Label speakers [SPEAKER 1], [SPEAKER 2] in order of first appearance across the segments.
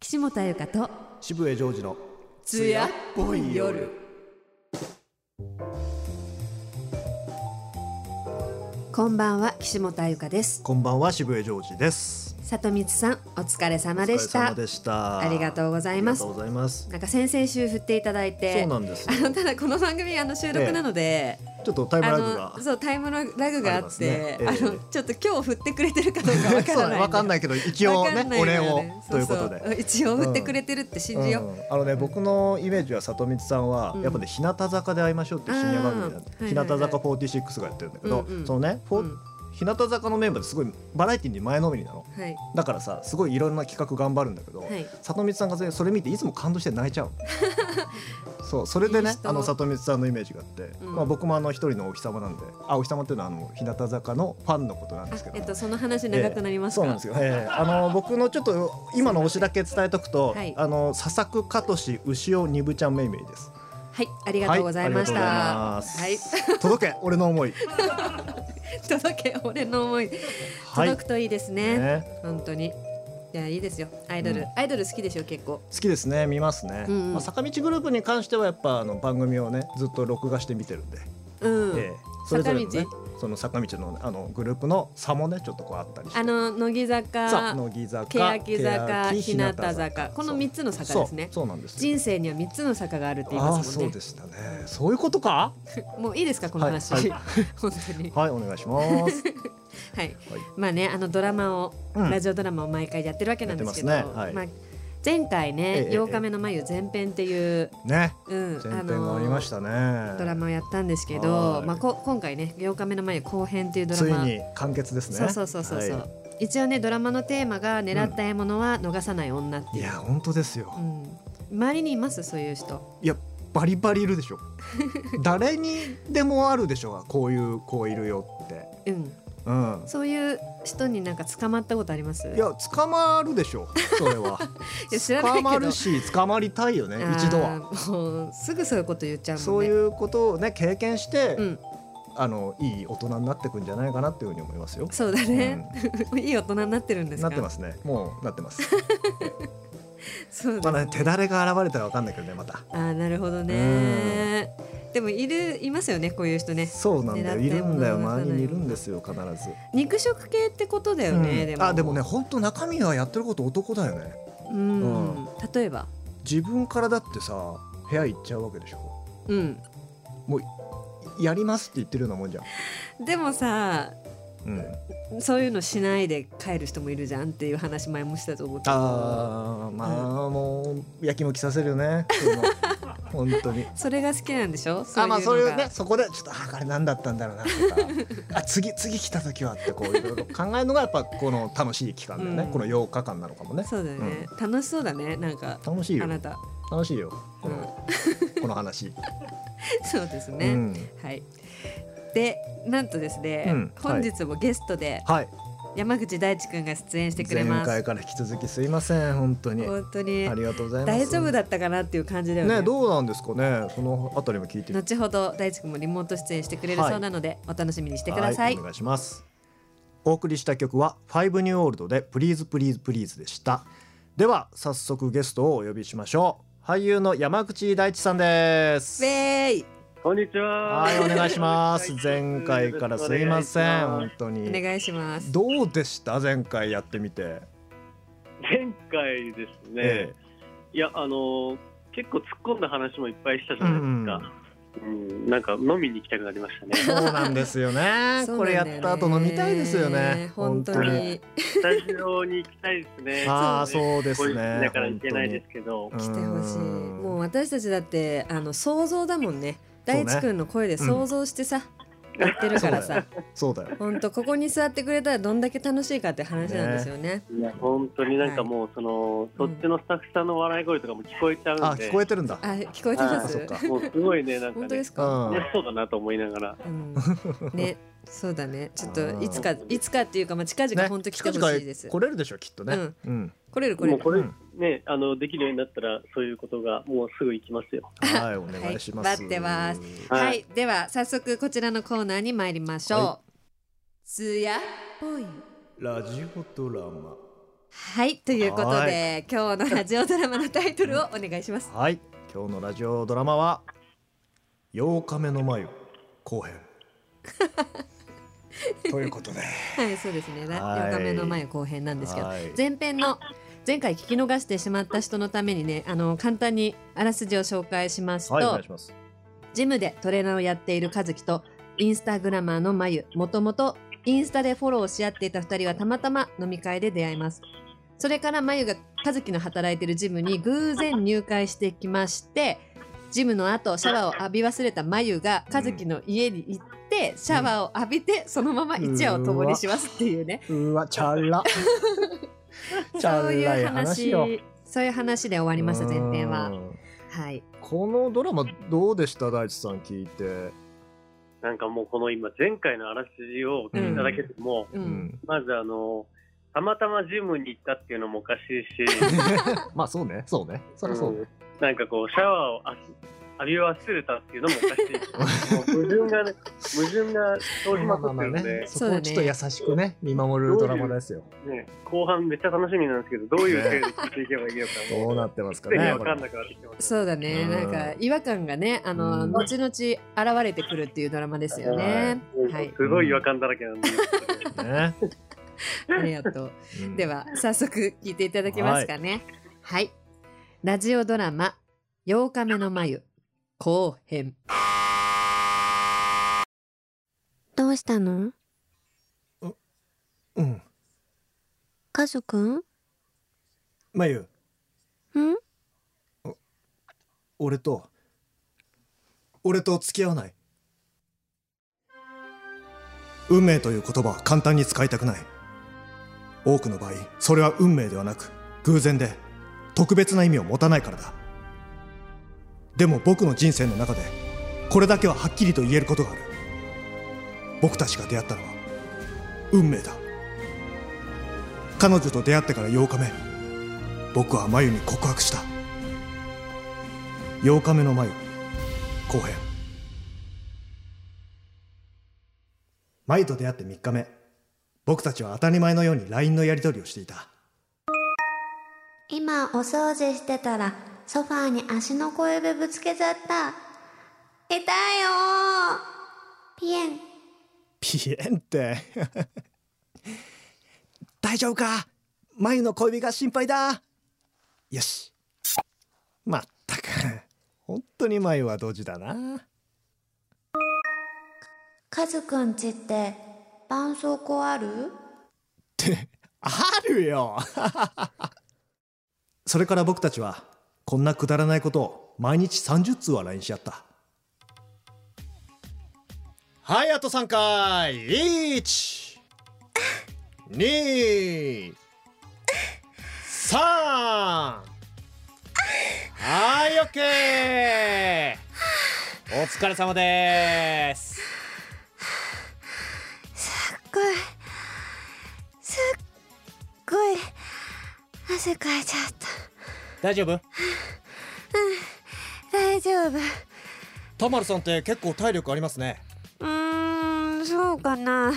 [SPEAKER 1] 岸本彩香と
[SPEAKER 2] 渋谷ジョージの
[SPEAKER 1] 艶っぽい夜こんばんは岸本彩香です
[SPEAKER 2] こんばんは渋谷ジョージです
[SPEAKER 1] 里光さんお疲れ様でし
[SPEAKER 2] お疲れ
[SPEAKER 1] た
[SPEAKER 2] 様でした
[SPEAKER 1] ありがとうございます
[SPEAKER 2] ありがとうございます
[SPEAKER 1] なんか先々週振っていただいて
[SPEAKER 2] そうなんです
[SPEAKER 1] あのただこの番組あの収録なので、
[SPEAKER 2] ちょっとタイム
[SPEAKER 1] あ
[SPEAKER 2] ラグが
[SPEAKER 1] のそうタイムラグがあ
[SPEAKER 2] ありま
[SPEAKER 1] っ
[SPEAKER 2] すね
[SPEAKER 1] て
[SPEAKER 2] ええ
[SPEAKER 1] あ,、のちょっと今日振ってくれてるかどうかわか
[SPEAKER 2] そ
[SPEAKER 1] ら
[SPEAKER 2] うだ
[SPEAKER 1] な
[SPEAKER 2] ね
[SPEAKER 1] い
[SPEAKER 2] わかんないけど一応ねお礼をということで
[SPEAKER 1] で一応振ってくれてるって信じよう、
[SPEAKER 2] うんあのね僕のイメージは里光さんは、
[SPEAKER 1] うん
[SPEAKER 2] やっぱね日向坂で会いましょうっていう深夜番組なんだ
[SPEAKER 1] あーはい
[SPEAKER 2] 日
[SPEAKER 1] はいはい
[SPEAKER 2] 向坂46がやってるんだけど、
[SPEAKER 1] うんうん
[SPEAKER 2] そのね、フォ
[SPEAKER 1] うん
[SPEAKER 2] 日向坂のメンバーですごいバラエティに前のめりなの
[SPEAKER 1] はい
[SPEAKER 2] だからさすごいいろんな企画頑張るんだけど、
[SPEAKER 1] はい
[SPEAKER 2] 里光さんがねそれ見ていつも感動して泣いち ゃうそうそれでね
[SPEAKER 1] いい人
[SPEAKER 2] あの里光さんのイメージがあって、
[SPEAKER 1] うん
[SPEAKER 2] まあ、僕もあの一人のお日様なんであお日様っていうのはあの日向坂のファンのことなん
[SPEAKER 1] あ
[SPEAKER 2] ですけど、
[SPEAKER 1] えっとその話長くなります
[SPEAKER 2] そう
[SPEAKER 1] か、
[SPEAKER 2] なんですよ、ええあの僕のちょっと今の推しだけ伝えとくと、
[SPEAKER 1] はい
[SPEAKER 2] あの佐々木かとし牛尾にぶちゃんめいめいです
[SPEAKER 1] はいありがとうございました
[SPEAKER 2] は
[SPEAKER 1] はい
[SPEAKER 2] ありがとうございます 届け俺の 思い
[SPEAKER 1] い 届け俺の思い
[SPEAKER 2] はい
[SPEAKER 1] 届くといいですね、
[SPEAKER 2] ね
[SPEAKER 1] 本当にいやいいですよアイドル、
[SPEAKER 2] うん
[SPEAKER 1] アイドル好きでしょ結構
[SPEAKER 2] 好きですね見ますね、
[SPEAKER 1] うんうん
[SPEAKER 2] まあ、坂道グループに関してはやっぱあの番組をねずっと録画して見てるんで、
[SPEAKER 1] うん、
[SPEAKER 2] ええそれぞれのね
[SPEAKER 1] 坂
[SPEAKER 2] その坂道のあのグループの差もねちょっとこうあったりして
[SPEAKER 1] あの乃木
[SPEAKER 2] さあ
[SPEAKER 1] 坂
[SPEAKER 2] 乃木坂
[SPEAKER 1] 欅坂
[SPEAKER 2] 欅
[SPEAKER 1] 日向坂この三つの坂ですね
[SPEAKER 2] そうそうなんですよ
[SPEAKER 1] 人生には三つの坂があるって言い
[SPEAKER 2] ああー
[SPEAKER 1] ますも
[SPEAKER 2] そ
[SPEAKER 1] ん
[SPEAKER 2] う
[SPEAKER 1] ね
[SPEAKER 2] でしたねそういうことか
[SPEAKER 1] もういいですかこの話、
[SPEAKER 2] はい
[SPEAKER 1] 本当に
[SPEAKER 2] はいお願い します
[SPEAKER 1] はい、まあねあのドラマを、
[SPEAKER 2] うん
[SPEAKER 1] ラジオドラマを毎回やってるわけなんですけど
[SPEAKER 2] やってますねはい
[SPEAKER 1] あ、前回ね、
[SPEAKER 2] ええ
[SPEAKER 1] 8日目の眉前編っていう、
[SPEAKER 2] ね
[SPEAKER 1] うん、
[SPEAKER 2] 前編がありましたね。
[SPEAKER 1] ドラマをやったんですけ
[SPEAKER 2] は
[SPEAKER 1] ど
[SPEAKER 2] い、
[SPEAKER 1] まあ、こ今回ね8日目の眉後編っていうドラ
[SPEAKER 2] つい
[SPEAKER 1] マ
[SPEAKER 2] に完結ですね。
[SPEAKER 1] そうそうそうそうそう、
[SPEAKER 2] は
[SPEAKER 1] 一応ねドラマのテーマが「狙った獲物は逃さない女」って
[SPEAKER 2] い、い
[SPEAKER 1] いう、
[SPEAKER 2] や本当ですよ
[SPEAKER 1] う。ん、周りにいますそういう人
[SPEAKER 2] いやバリバリいる でしょ。誰にでもあるでしょこういう子いるよって。
[SPEAKER 1] うん
[SPEAKER 2] うん。
[SPEAKER 1] そういう人になんか捕まったことあります
[SPEAKER 2] いや捕まるでしょそれは
[SPEAKER 1] いや知らないけ
[SPEAKER 2] 捕
[SPEAKER 1] ど
[SPEAKER 2] まるし捕まりたいよね一度は
[SPEAKER 1] あーもうすぐそういうこと言っちゃうもんね
[SPEAKER 2] そういうことをね経験して、
[SPEAKER 1] うん
[SPEAKER 2] あのいい大人になってくんじゃないかなっていうふうに思いますよ、
[SPEAKER 1] そうだ
[SPEAKER 2] う
[SPEAKER 1] ね、いい大人になってるんで
[SPEAKER 2] ん、
[SPEAKER 1] すか
[SPEAKER 2] なってますねもうなってます
[SPEAKER 1] すそうだ、
[SPEAKER 2] まだ、ね、手だれが現れたらわかんないけどねまた
[SPEAKER 1] あーなるほどねでもいるいますよねこういう人ね
[SPEAKER 2] そうなんだよ。
[SPEAKER 1] 狙
[SPEAKER 2] い
[SPEAKER 1] った
[SPEAKER 2] るんだよ。
[SPEAKER 1] ものは
[SPEAKER 2] 周りにいるんですすよ。必ず。
[SPEAKER 1] 肉食系ってことだよね、
[SPEAKER 2] うん
[SPEAKER 1] でも
[SPEAKER 2] あ、でもね、本当中身はやってること男だよね。
[SPEAKER 1] うん、
[SPEAKER 2] うん
[SPEAKER 1] 例えば
[SPEAKER 2] 自分からだってさ、部屋行っちゃうわけでしょ。
[SPEAKER 1] うん
[SPEAKER 2] やりますって言ってるようなもんじゃん。
[SPEAKER 1] でもさ
[SPEAKER 2] うん。
[SPEAKER 1] そういうのしないで帰る人もいるじゃんっていう話前もしたと思うけど
[SPEAKER 2] あー、まあ、もうやきもきさせるよね。 そういうの本当に。
[SPEAKER 1] それが好きなんでしょ
[SPEAKER 2] あ、まあ、それをね、
[SPEAKER 1] そ
[SPEAKER 2] そこで、ちょっと、あ、あれ何だったんだろうなとか。あ、次、次来た時はって、こう、いろいろ考えるのが、やっぱ、この楽しい期間だよね。
[SPEAKER 1] うん
[SPEAKER 2] この8日間なのかもね
[SPEAKER 1] う。そうだよね、楽しそうだねなんか
[SPEAKER 2] 楽しい
[SPEAKER 1] あ
[SPEAKER 2] よ。
[SPEAKER 1] なた
[SPEAKER 2] 楽しいよ。この、この話。
[SPEAKER 1] そうです
[SPEAKER 2] う
[SPEAKER 1] ね、
[SPEAKER 2] ん
[SPEAKER 1] はいでなんとですね、
[SPEAKER 2] うん
[SPEAKER 1] 本日もゲストで
[SPEAKER 2] はい。
[SPEAKER 1] 山口大地くんが出演してくれ
[SPEAKER 2] 前
[SPEAKER 1] ます、
[SPEAKER 2] 回から引き続きすいません本当に
[SPEAKER 1] 本当に
[SPEAKER 2] ありがとうございます
[SPEAKER 1] 大丈夫だったかなっていう感じだよね
[SPEAKER 2] ねどうなんですかねそのあたりも聞いてみ
[SPEAKER 1] 後ほど大地くんもリモート出演してくれるそうなので、お楽しみにしてください、
[SPEAKER 2] お願いしますお送りした曲はファイブニューオールドでプリーズプリーズプリーズでしたでは早速ゲストをお呼びしましょう俳優の山口大地さんです
[SPEAKER 1] ウェーイ
[SPEAKER 3] こんにちは。
[SPEAKER 2] はいお願いし ます前回からすいません
[SPEAKER 3] お願
[SPEAKER 2] 本
[SPEAKER 3] いし
[SPEAKER 2] 当
[SPEAKER 1] お
[SPEAKER 2] に
[SPEAKER 1] 願いします
[SPEAKER 2] どうでした前回やってみて、
[SPEAKER 3] ます前回ですね、
[SPEAKER 2] え
[SPEAKER 3] いや、あのー結構突っ込んだ話もいっぱいしたじゃないですか。うん、なんか飲みに行きたくなりましたね
[SPEAKER 2] え。 そうなんですよね
[SPEAKER 1] そう
[SPEAKER 2] こ
[SPEAKER 1] なんだ
[SPEAKER 2] れや
[SPEAKER 1] よね
[SPEAKER 2] った後飲みたいですよね
[SPEAKER 1] 本当に
[SPEAKER 3] スタジオに行きたいですね。
[SPEAKER 2] ああ
[SPEAKER 3] う
[SPEAKER 2] そうで
[SPEAKER 3] です
[SPEAKER 2] ね。
[SPEAKER 3] だから行けないですけど。
[SPEAKER 2] 本当
[SPEAKER 1] 来
[SPEAKER 2] に
[SPEAKER 1] てほしい
[SPEAKER 2] うん
[SPEAKER 1] もう私たちだってあの想像だもんね
[SPEAKER 2] そう
[SPEAKER 1] 大
[SPEAKER 2] ね
[SPEAKER 1] 地くんの声で想像してさ、やってるからさ
[SPEAKER 2] そうだよ。
[SPEAKER 1] 本当ここに座ってくれたらどんだけ楽しいかって話なんですよね
[SPEAKER 3] いや本当になんかもうその、そっちのスタッフさんの笑い声とかも聞こえちゃ
[SPEAKER 2] あ
[SPEAKER 3] うんで
[SPEAKER 2] 聞こえてるんだ。
[SPEAKER 1] あ聞こえてます
[SPEAKER 2] あそっか
[SPEAKER 3] もうすごいねなんか
[SPEAKER 1] 本
[SPEAKER 3] ね
[SPEAKER 1] 当です
[SPEAKER 2] う
[SPEAKER 1] か、
[SPEAKER 2] ん。
[SPEAKER 3] 楽しそうだなと思いながら
[SPEAKER 1] うん、ね、そうだね。ちょっ
[SPEAKER 2] あ
[SPEAKER 1] と
[SPEAKER 2] ー
[SPEAKER 1] いつかいつかっていうかまあ近々
[SPEAKER 2] ね
[SPEAKER 1] 本当来てほしいです。
[SPEAKER 2] 近々来れるでしょきっとね。
[SPEAKER 1] うん
[SPEAKER 2] うん。
[SPEAKER 1] 来れる来れ
[SPEAKER 3] もう
[SPEAKER 1] る。
[SPEAKER 3] これ
[SPEAKER 2] うん
[SPEAKER 3] ねあのできるようになったらそういうことがもうすぐ行きますよ
[SPEAKER 2] はいお願いします。
[SPEAKER 1] 待ってます。
[SPEAKER 3] はい
[SPEAKER 1] はい、では早速こちらのコーナーに参りましょう。
[SPEAKER 2] は
[SPEAKER 1] つやっぽい。
[SPEAKER 2] ラジオドラマ。
[SPEAKER 1] はいということ
[SPEAKER 4] は
[SPEAKER 1] で今日のラジオドラマのタイトルをお願いします
[SPEAKER 4] はい今日のラジオドラマは「8日目の眉」後 編ということで
[SPEAKER 1] はいそうですね
[SPEAKER 4] はい
[SPEAKER 1] 4日目の前後編なんですけど
[SPEAKER 4] はい
[SPEAKER 1] 前編の前回聞き逃してしまった人のためにねあの簡単にあらすじを紹介しますと、
[SPEAKER 4] はいお願いします
[SPEAKER 1] ジムでトレーナーをやっている和樹とインスタグラマーのまゆもともとインスタでフォローし合っていた2人はたまたま飲み会で出会いますそれからまゆが和樹の働いているジムに偶然入会してきましてジムの後シャワーを浴び忘れたまゆが和樹の家に行ってシャワーを浴びてそのまま一夜を共にしますっていうね
[SPEAKER 4] うわチャラチ
[SPEAKER 1] そう
[SPEAKER 4] ャ
[SPEAKER 1] い
[SPEAKER 4] ラいう話
[SPEAKER 1] 話
[SPEAKER 4] よ
[SPEAKER 1] そういう話で終わりました前編
[SPEAKER 4] う
[SPEAKER 1] は
[SPEAKER 4] ん
[SPEAKER 1] はい
[SPEAKER 4] このドラマどうでした大地さん聞いて、
[SPEAKER 3] なんかもうこの今、前回のあらすじをお聞きいただけても、
[SPEAKER 1] う、
[SPEAKER 4] うん
[SPEAKER 3] まずあの、たまたまジムに行ったっていうのもおかしいし、
[SPEAKER 4] まあそうねそうねそりゃそうね、
[SPEAKER 3] なんかこう、シャワーを足浴び忘れたっていうのもおかしい。もう矛盾がね、矛盾が生じまくってるんで、ね
[SPEAKER 4] そこをちょっと優しくね見守るドラマですよ
[SPEAKER 3] 後半めっちゃ楽しみなんですけど、どういう程度聞いていけばいいのか、
[SPEAKER 4] どうなってます
[SPEAKER 3] す
[SPEAKER 4] か
[SPEAKER 3] でに
[SPEAKER 4] ね
[SPEAKER 3] 分かんなくなってきてます。
[SPEAKER 1] そうだね、
[SPEAKER 4] うん
[SPEAKER 1] なんか違和感がね、あの、
[SPEAKER 4] うん
[SPEAKER 1] 後々現れてくるっていうドラマですよね。はい、
[SPEAKER 3] すごい違和感だらけなんで、
[SPEAKER 4] これね、
[SPEAKER 1] ありがとう。
[SPEAKER 4] うん
[SPEAKER 1] では、早速聞いていただけますかね。はい、ラジオドラマ、8日目の眉、後編。
[SPEAKER 5] どうしたの
[SPEAKER 4] うん
[SPEAKER 5] カズくん
[SPEAKER 4] まゆ
[SPEAKER 5] ん
[SPEAKER 4] 俺と俺と付き合わない運命という言葉は簡単に使いたくない多くの場合それは運命ではなく偶然で特別な意味を持たないからだでも僕の人生の中でこれだけははっきりと言えることがある僕たちが出会ったのは運命だ彼女と出会ってから8日目僕は真由に告白した8日目の眉後編眉と出会って3日目僕たちは当たり前のように LINE のやり取りをしていた
[SPEAKER 5] 今お掃除してたらソファーに足の小指ぶつけちゃった。痛いよーピエン、
[SPEAKER 4] ピエンって 大丈夫か眉の小指が心配だよしまったく本当に眉はドジだな
[SPEAKER 5] カズくんちって絆創膏ある
[SPEAKER 4] あるよ それから僕たちはこんなくだらないことを毎日30通は LINE し合ったはいあと3回1 2 3はいオッケーお疲れ様です
[SPEAKER 5] すっごい、すっごい汗かいちゃった。
[SPEAKER 6] 大丈夫
[SPEAKER 5] 大丈夫。
[SPEAKER 6] 田丸さんって結構体力ありますね
[SPEAKER 5] うーん、そうかな。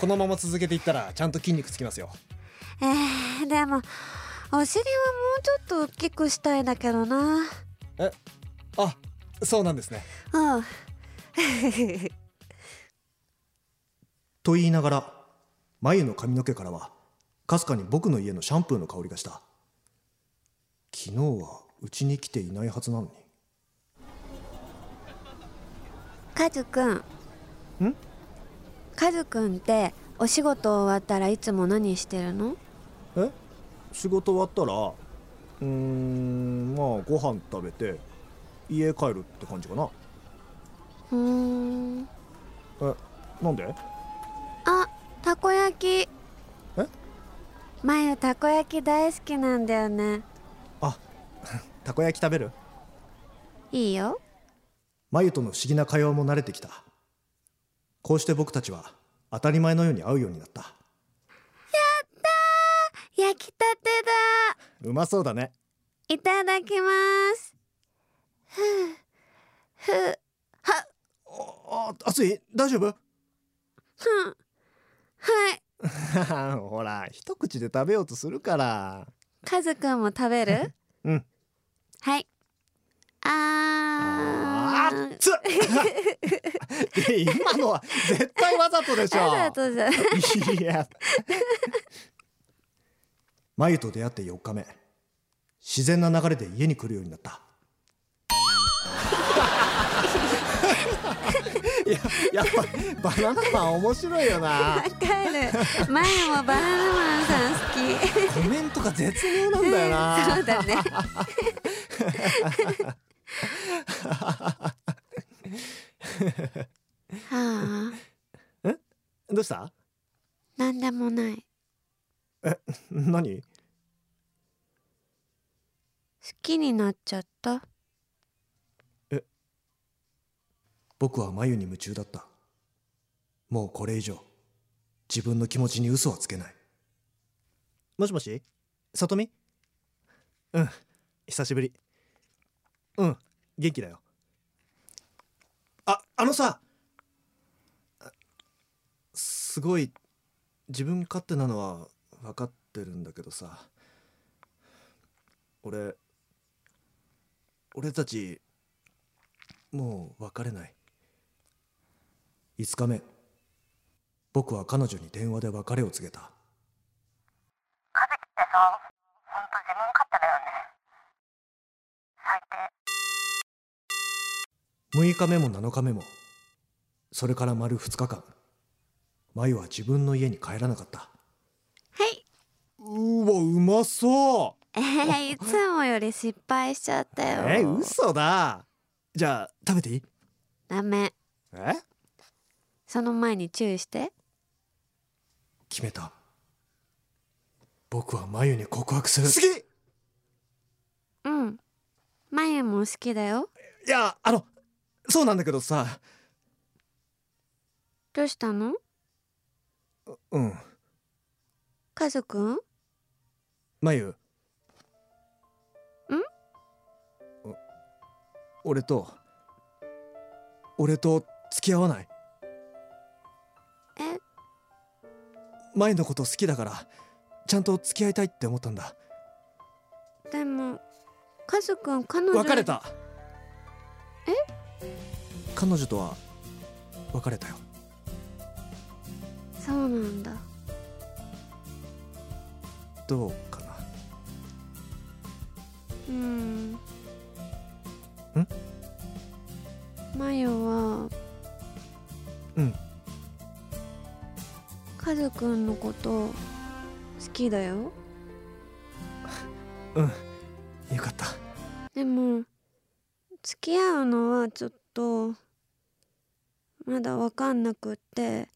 [SPEAKER 6] このまま続けていったらちゃんと筋肉つきますよ
[SPEAKER 5] えー、でも、お尻はもうちょっと大きくしたいんだけどな。
[SPEAKER 6] あそうなんですね
[SPEAKER 5] うん。
[SPEAKER 4] と言いながら眉の髪の毛からはかすかに僕の家のシャンプーの香りがした昨日はうちに来ていないはずなのに
[SPEAKER 5] カズくん。んカズくんってお仕事終わったらいつも何してるの
[SPEAKER 4] え仕事終わったらうーんまあご飯食べて家帰るって感じかな
[SPEAKER 5] うーん。
[SPEAKER 4] えなんで
[SPEAKER 5] あ、たこ焼き。えまゆたこ焼き大好きなんだよね。
[SPEAKER 4] あたこ焼き食べる
[SPEAKER 5] いいよ。
[SPEAKER 4] 眉との不思議な会話も慣れてきたこうして僕たちは当たり前のように会うようになった
[SPEAKER 5] 焼きたてだ
[SPEAKER 4] うまそうだね
[SPEAKER 5] いただきます。ふう。ふう。
[SPEAKER 4] ああ熱い大丈夫
[SPEAKER 5] ふん。はい、
[SPEAKER 7] ほら一口で食べようとするから
[SPEAKER 5] カズくんも食べる
[SPEAKER 7] うん
[SPEAKER 5] はいあー
[SPEAKER 7] つっで今のは絶対わざとでしょ
[SPEAKER 5] わざとじゃ
[SPEAKER 7] いや
[SPEAKER 4] 眉と出会って4日目自然な流れで家に来るようになった
[SPEAKER 7] いややっぱバナナマン面白いよな
[SPEAKER 5] わかる前もバナナマンさん好き
[SPEAKER 7] コメントが絶妙なんだよな
[SPEAKER 5] そうだねはあ
[SPEAKER 7] どうした
[SPEAKER 5] なんでもない好
[SPEAKER 7] 何
[SPEAKER 5] きになっちゃった
[SPEAKER 4] 僕は眉に夢中だったもうこれ以上自分の気持ちに嘘はつけない
[SPEAKER 7] もしもしさとみうん久しぶりうん元気だよ
[SPEAKER 4] ああのさあすごい自分勝手なのは分かってるんだけどさ俺俺たちもう別れない5日目僕は彼女に電話で別れを告げた6日目も7日目もそれから丸2日間眉は自分の家に帰らなかった
[SPEAKER 5] はいう
[SPEAKER 7] わうまそう
[SPEAKER 5] えー、いつもより失敗しちゃったよ。
[SPEAKER 7] え嘘だじゃあ食べていい
[SPEAKER 5] ダメ。
[SPEAKER 7] え
[SPEAKER 5] その前に注意して。
[SPEAKER 4] 決めた僕は眉に告白する
[SPEAKER 7] 好きい
[SPEAKER 5] うん。まゆも好きだよ。
[SPEAKER 7] やあのそうなんだけどさ
[SPEAKER 5] どうしたの
[SPEAKER 7] うん
[SPEAKER 5] カズくん
[SPEAKER 7] まゆん俺と俺と付き合わない
[SPEAKER 5] え
[SPEAKER 7] 前のこと好きだからちゃんと付き合いたいって思ったんだ
[SPEAKER 5] でも、カズくん彼女
[SPEAKER 7] 別れたえ彼女とは別れたよ
[SPEAKER 5] そうなんだ。
[SPEAKER 7] どうかな
[SPEAKER 5] うん。ん
[SPEAKER 7] ん
[SPEAKER 5] まゆは、
[SPEAKER 7] うん。
[SPEAKER 5] カズくんのこと、好きだよ。
[SPEAKER 7] よかった
[SPEAKER 5] でも付き合うのはちょっとまだわかんなくって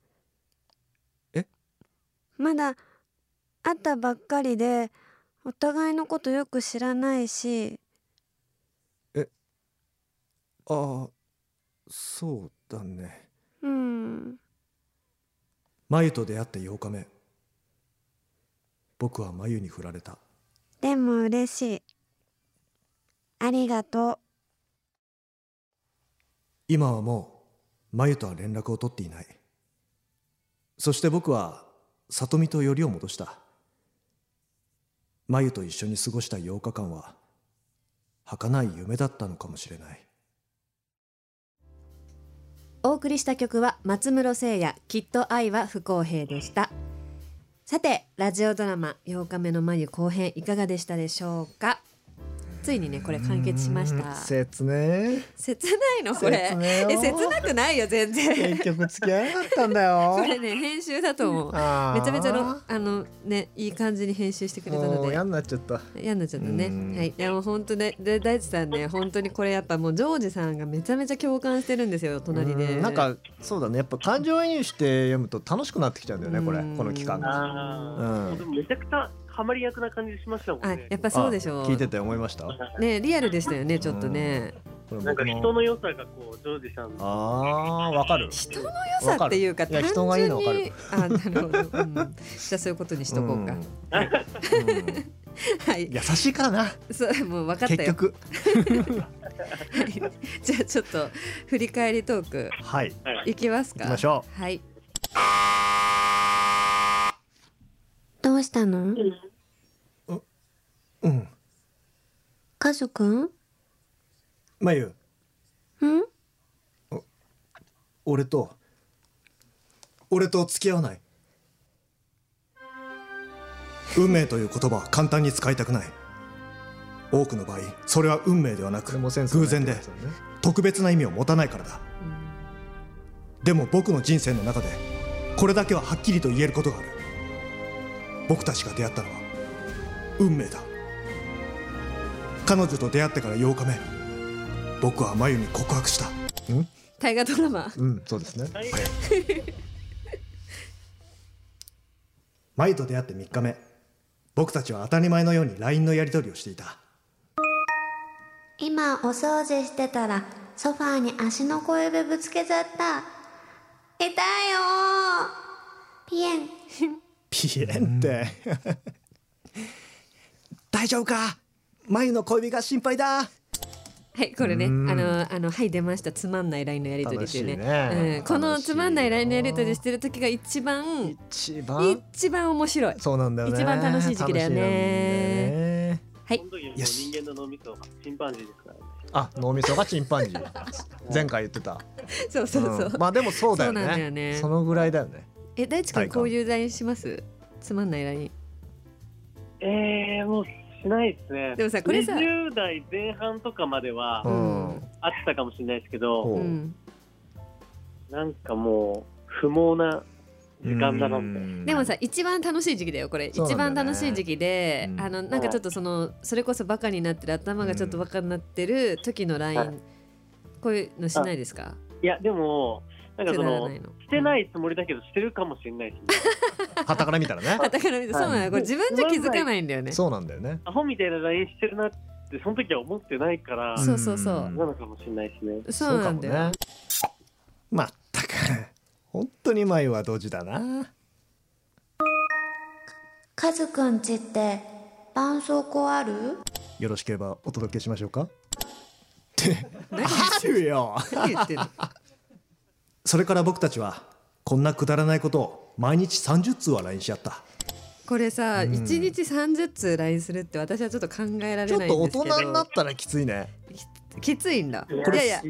[SPEAKER 7] え
[SPEAKER 5] まだ会ったばっかりでお互いのことよく知らないし
[SPEAKER 7] ああそうだね
[SPEAKER 5] うん
[SPEAKER 4] 眉と出会って8日目僕は眉に振られた
[SPEAKER 5] でも嬉しいありがと
[SPEAKER 4] 今はもう眉とは連絡を取っていないそして僕は里美とよりを戻した眉と一緒に過ごした8日間は儚い夢だったのかもしれない
[SPEAKER 1] お送りした曲は松室聖也きっと愛は不公平でしたさてラジオドラマ8日目の眉後編いかがでしたでしょうかついにねこれ完結しました
[SPEAKER 7] 切ね
[SPEAKER 1] 切ないのこれ
[SPEAKER 7] 切ねよ
[SPEAKER 1] え切なくないよ全然
[SPEAKER 7] 結局付き合えなかったんだよ
[SPEAKER 1] これね編集だと思う
[SPEAKER 7] あー
[SPEAKER 1] めちゃめちゃのあのねいい感じに編集してくれた
[SPEAKER 7] も
[SPEAKER 1] の
[SPEAKER 7] う
[SPEAKER 1] で
[SPEAKER 7] 嫌になっちゃった
[SPEAKER 1] 嫌になっちゃった
[SPEAKER 7] うん
[SPEAKER 1] ね。はい、でも本当ね、で大地さんね、本当にこれやっぱもうジョージさんがめちゃめちゃ共感してるんですよ、隣
[SPEAKER 7] う
[SPEAKER 1] で。
[SPEAKER 7] んなんかそうだねやっぱ感情移入して読むと楽しくなってきちゃうんだよねこれ
[SPEAKER 1] うん
[SPEAKER 7] この期間が
[SPEAKER 3] ああ、
[SPEAKER 7] うん
[SPEAKER 3] でもめちゃくちゃハマり役な感じしましたもん
[SPEAKER 1] あ、
[SPEAKER 3] ね
[SPEAKER 1] や。っぱそうでし
[SPEAKER 7] あ
[SPEAKER 1] ょう。
[SPEAKER 7] 聞いてて思いましたこ
[SPEAKER 1] ね、リアルでしたよね、ちょっとね。
[SPEAKER 7] れ
[SPEAKER 3] なん
[SPEAKER 7] 僕
[SPEAKER 3] か人
[SPEAKER 7] の
[SPEAKER 3] の良さがこうジョージさんの
[SPEAKER 7] あーわかる
[SPEAKER 1] 人の良さっていうか、
[SPEAKER 7] わかる
[SPEAKER 1] 単
[SPEAKER 7] いや人がいい
[SPEAKER 1] 純
[SPEAKER 7] のわかる
[SPEAKER 1] に。あ、なるほど。うんじゃあそういうことにしとこうか
[SPEAKER 7] ん。う ん
[SPEAKER 1] はい。
[SPEAKER 7] 優しいからな
[SPEAKER 1] そう、もう分かった
[SPEAKER 7] 結
[SPEAKER 1] よ。
[SPEAKER 7] 局
[SPEAKER 1] はいじゃあちょっと振り返りトーク
[SPEAKER 7] はい
[SPEAKER 1] いきますか。
[SPEAKER 7] 行きましょ
[SPEAKER 1] はい。
[SPEAKER 5] したの
[SPEAKER 2] うん
[SPEAKER 5] カズくんん
[SPEAKER 2] まゆ俺と俺と付き合わない
[SPEAKER 4] 運命という言葉は簡単に使いたくない多くの場合それは運命ではなく
[SPEAKER 2] もうセンスが
[SPEAKER 4] 偶然
[SPEAKER 2] ない
[SPEAKER 4] で
[SPEAKER 2] ってことだね
[SPEAKER 4] 特別な意味を持たないからだでも僕の人生の中でこれだけははっきりと言えることがある僕たちが出会ったのは運命だ彼女と出会ってから8日目僕は真由に告白した
[SPEAKER 1] 大河ドラマ
[SPEAKER 2] うんそうですね
[SPEAKER 3] 大
[SPEAKER 4] マユと出会って3日目僕たちは当たり前のように LINE のやり取りをしていた
[SPEAKER 5] 今お掃除してたらソファーに足の小指ぶつけちゃった痛いよーピエン
[SPEAKER 2] ピエンって大丈夫か眉の恋人が心配だ
[SPEAKER 1] はいこれねあ
[SPEAKER 2] うん
[SPEAKER 1] のあのはい出ましたつまんない LINE のやり取りっていうね
[SPEAKER 2] 楽しいね
[SPEAKER 1] うん、この
[SPEAKER 2] 楽しい
[SPEAKER 1] つまんない LINE のやり取りしてる時が一番
[SPEAKER 2] 一番
[SPEAKER 1] 一番面白い
[SPEAKER 2] そうなんだよね
[SPEAKER 1] 一番楽しい時期だよね
[SPEAKER 3] その時もう人間の脳みそはチンパンジーですから
[SPEAKER 2] 楽し
[SPEAKER 3] ね。
[SPEAKER 2] いよねあ脳みそがチンパンジー 前回言ってた
[SPEAKER 1] そうそうそう、
[SPEAKER 2] んまあでもそうだよ
[SPEAKER 1] そうなんだ
[SPEAKER 2] ね
[SPEAKER 1] よね
[SPEAKER 2] そのぐらいだよね
[SPEAKER 1] え大地
[SPEAKER 2] 体
[SPEAKER 1] 君
[SPEAKER 2] 感
[SPEAKER 1] こういう LINE しますつまんない LINE
[SPEAKER 3] えー、もうしないですね。
[SPEAKER 1] でもさこれさ
[SPEAKER 3] 20代前半とかまでは
[SPEAKER 2] う
[SPEAKER 1] うん
[SPEAKER 2] ん
[SPEAKER 3] あったかもしれないですけ
[SPEAKER 2] ほ
[SPEAKER 3] ど、
[SPEAKER 1] うん
[SPEAKER 3] なんかもう不毛な時間だなって。
[SPEAKER 1] でもさ一番楽しい時期だよこれ、
[SPEAKER 2] そうな
[SPEAKER 1] 一
[SPEAKER 2] んだよ
[SPEAKER 1] 番
[SPEAKER 2] ね
[SPEAKER 1] 楽しい時期で、
[SPEAKER 2] うん
[SPEAKER 1] あのなんかちょっとそのそれこそバカになってる頭がちょっとバカになってる時の LINE、
[SPEAKER 3] はい
[SPEAKER 1] こういうのしないですか
[SPEAKER 3] いや、でも、なんか
[SPEAKER 1] く
[SPEAKER 3] そ
[SPEAKER 1] だら
[SPEAKER 3] の
[SPEAKER 1] な、いの
[SPEAKER 3] してないいつもりだけどしてるかもしれないし、
[SPEAKER 2] はたから見た らね
[SPEAKER 1] だからそうなのよこれ自分じゃ気づかないんだよね
[SPEAKER 2] そうなんだよね
[SPEAKER 3] アホみたいな LINE してるなって、その時は思ってないから、
[SPEAKER 1] そうそうそうん
[SPEAKER 3] なのかもしれないですね。
[SPEAKER 1] そうなんだよ、
[SPEAKER 2] ね。まったく本当に前はドジだな。
[SPEAKER 5] カズくんちって絆創膏ある
[SPEAKER 2] よろしければお届けしましょうか。ってあるよ。
[SPEAKER 1] 何言ってんの
[SPEAKER 4] それから僕たちはこんなくだらないことを毎日30通は LINE し合った
[SPEAKER 1] これさ、 一日30通 LINE するって私はちょっと考えられないんです
[SPEAKER 2] ち
[SPEAKER 1] け
[SPEAKER 2] ょ
[SPEAKER 1] ど
[SPEAKER 2] っと大人になったらきついね。
[SPEAKER 1] ききついんだ
[SPEAKER 3] こ
[SPEAKER 1] いやいや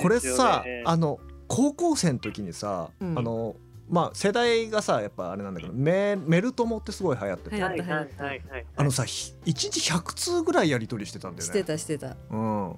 [SPEAKER 2] これさあの高校生の時にさ、
[SPEAKER 1] うん
[SPEAKER 2] あのまあ世代がさやっぱあれなんだけどメメルトモってすごい流行ってて、
[SPEAKER 1] 流行っ
[SPEAKER 3] はいはいはいはい。
[SPEAKER 2] あのさひ一日100通ぐらいやり取りしてたんだよ
[SPEAKER 1] し
[SPEAKER 2] ね。
[SPEAKER 1] てたしてた
[SPEAKER 2] うん。
[SPEAKER 3] う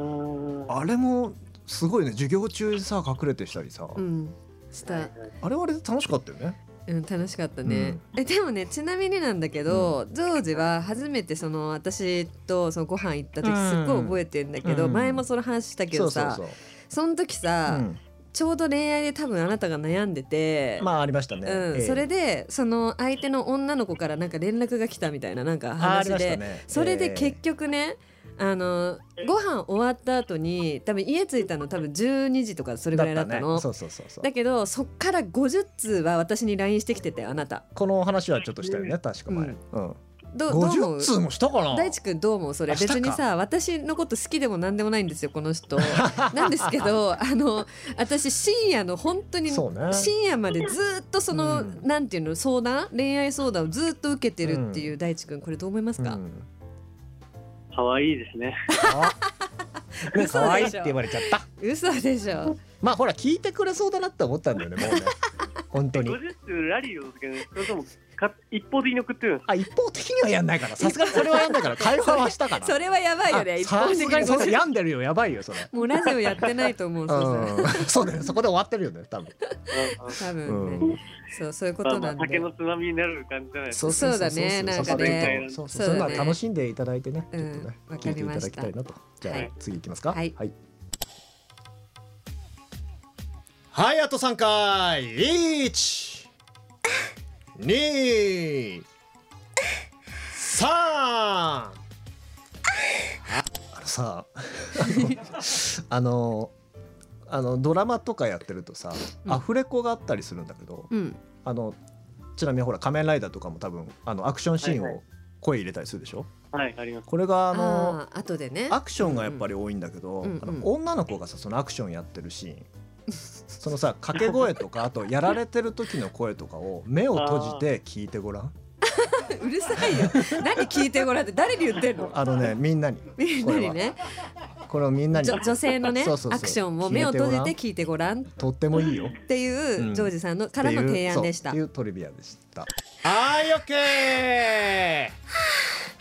[SPEAKER 3] ーん
[SPEAKER 2] あれもすごいね授業中にさ隠れてしたりさ、
[SPEAKER 1] うんした
[SPEAKER 2] あれはあれで楽しかったよね。
[SPEAKER 1] うん、楽しかったね、えでもねちなみになんだけど、ジョージは初めてその私とそのご飯行った時
[SPEAKER 2] うん
[SPEAKER 1] すっごい覚えてんだけど、
[SPEAKER 2] うん
[SPEAKER 1] 前もその話したけどさそ
[SPEAKER 2] そう。
[SPEAKER 1] の時さ、
[SPEAKER 2] うん
[SPEAKER 1] ちょうど恋愛で多分あなたが悩んでて、
[SPEAKER 2] まあありましたね。
[SPEAKER 1] うん
[SPEAKER 2] ええ
[SPEAKER 1] それでその相手の女の子からなんか連絡が来たみたいななんか
[SPEAKER 2] ああり
[SPEAKER 1] 話
[SPEAKER 2] まし
[SPEAKER 1] で、
[SPEAKER 2] たね
[SPEAKER 1] それで結局ね、あのご飯終わった後に多分家着いたの多分12時とかそれぐらいだったの。
[SPEAKER 2] ね、
[SPEAKER 1] だ
[SPEAKER 2] そうそうそうそう
[SPEAKER 1] けどそっから50通は私に LINE してきててあなた
[SPEAKER 2] この話はちょっとしたよね確か前、
[SPEAKER 1] うん
[SPEAKER 2] うん
[SPEAKER 1] どうどう思
[SPEAKER 2] 50
[SPEAKER 1] う
[SPEAKER 2] 通もしたかな
[SPEAKER 1] 大地君どう思うそれ
[SPEAKER 2] あした
[SPEAKER 1] 別
[SPEAKER 2] か
[SPEAKER 1] にさ私のこと好きでも何でもないんですよこの 人なんですけどあの私深夜の本当に
[SPEAKER 2] そうね
[SPEAKER 1] 深夜までずっとその、
[SPEAKER 2] うん
[SPEAKER 1] なんていうの相談恋愛相談をずっと受けてるっていう大地君これどう思いますか、
[SPEAKER 2] うん
[SPEAKER 3] 可愛いですね。
[SPEAKER 2] あね
[SPEAKER 1] 嘘
[SPEAKER 2] 可愛
[SPEAKER 1] で
[SPEAKER 2] いっ
[SPEAKER 1] してょ
[SPEAKER 2] 言われちゃった
[SPEAKER 1] 嘘でしょ
[SPEAKER 2] まあほら聞いてくれそうだなって思ったんだよねも うね本当に
[SPEAKER 3] 50通ラリーを続けるそれともか一方的に送ってるんです
[SPEAKER 2] あ一方的にはやんないからさすがにそれはやんないから会話はしたから
[SPEAKER 1] それはやばいよね
[SPEAKER 2] あ
[SPEAKER 1] 一方
[SPEAKER 2] さ
[SPEAKER 1] 的
[SPEAKER 2] す
[SPEAKER 1] に
[SPEAKER 2] がにそれ病んでるよやばいよそれ
[SPEAKER 1] もうラジオやってないと思う
[SPEAKER 2] う
[SPEAKER 1] そうん
[SPEAKER 2] そうだよねそこで終わってるよね多分
[SPEAKER 3] か。
[SPEAKER 1] そう多分ね、
[SPEAKER 2] う
[SPEAKER 1] そうそういうこ
[SPEAKER 3] まあ
[SPEAKER 1] と
[SPEAKER 3] ま
[SPEAKER 1] な
[SPEAKER 3] あ
[SPEAKER 1] ん
[SPEAKER 3] 酒
[SPEAKER 1] で、
[SPEAKER 3] のつまみになる感じじゃないですか。
[SPEAKER 1] うそうだねなん
[SPEAKER 3] かね
[SPEAKER 2] そうそう
[SPEAKER 1] そう
[SPEAKER 2] そ
[SPEAKER 1] だ
[SPEAKER 2] ん
[SPEAKER 1] ね
[SPEAKER 2] なの楽しんでいただいてね、
[SPEAKER 1] うん
[SPEAKER 2] ちょっとね
[SPEAKER 1] わ
[SPEAKER 2] 聞
[SPEAKER 1] か
[SPEAKER 2] いて
[SPEAKER 1] り
[SPEAKER 2] い
[SPEAKER 1] ま
[SPEAKER 2] た
[SPEAKER 1] した
[SPEAKER 2] だきたいなとじゃあ、
[SPEAKER 1] はい
[SPEAKER 2] 次いきますか
[SPEAKER 1] はい
[SPEAKER 2] はい、はいあと3回1 2 3あのさあのあのドラマとかやってるとさ、
[SPEAKER 1] うん
[SPEAKER 2] アフレコがあったりするんだけど、
[SPEAKER 1] うん
[SPEAKER 2] あのちなみにほら「仮面ライダー」とかも多分あのアクションシーン
[SPEAKER 3] はいは
[SPEAKER 2] を声入れたりするでしょ、
[SPEAKER 3] はい、あります。
[SPEAKER 2] これがあの
[SPEAKER 1] ああ後でね
[SPEAKER 2] アクションがやっぱり多いんだけど、
[SPEAKER 1] うんうん
[SPEAKER 2] あの女の子がさそのアクションやってるシー ンそのさ掛け声とかあとやられてる時の声とかを目を閉じて聞いてごらん
[SPEAKER 1] うるさいよ何聞いてごらんって誰に言ってんの
[SPEAKER 2] あのねみんなに
[SPEAKER 1] みんなにね
[SPEAKER 2] これをみんなに
[SPEAKER 1] じょ女性のね
[SPEAKER 2] そうそうそう
[SPEAKER 1] アクションを目を閉じて聞いてごらんっ
[SPEAKER 2] とってもいいよ
[SPEAKER 1] ていう、
[SPEAKER 2] うん
[SPEAKER 1] ジョージさんのからの提案でした
[SPEAKER 2] っていうそうっていうトリビアでした
[SPEAKER 6] はい、オッケ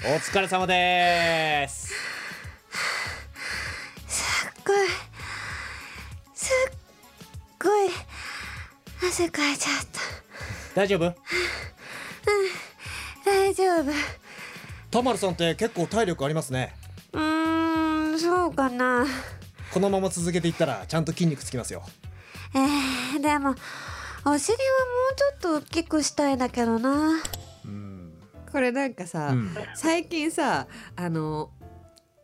[SPEAKER 6] ー。お疲れ様です。
[SPEAKER 5] すっごいすっごい汗かいちゃっ
[SPEAKER 6] 大丈夫。
[SPEAKER 5] た大丈夫
[SPEAKER 6] タマルさんって結構体力ありますね。
[SPEAKER 5] うーんそうかな
[SPEAKER 6] このまま続けていったら、ちゃんと筋肉つきますよ。
[SPEAKER 5] えー、でもお尻はもうちょっと大きくしたいんだけどな
[SPEAKER 1] これなんかさ、
[SPEAKER 6] うん
[SPEAKER 1] 最近さあの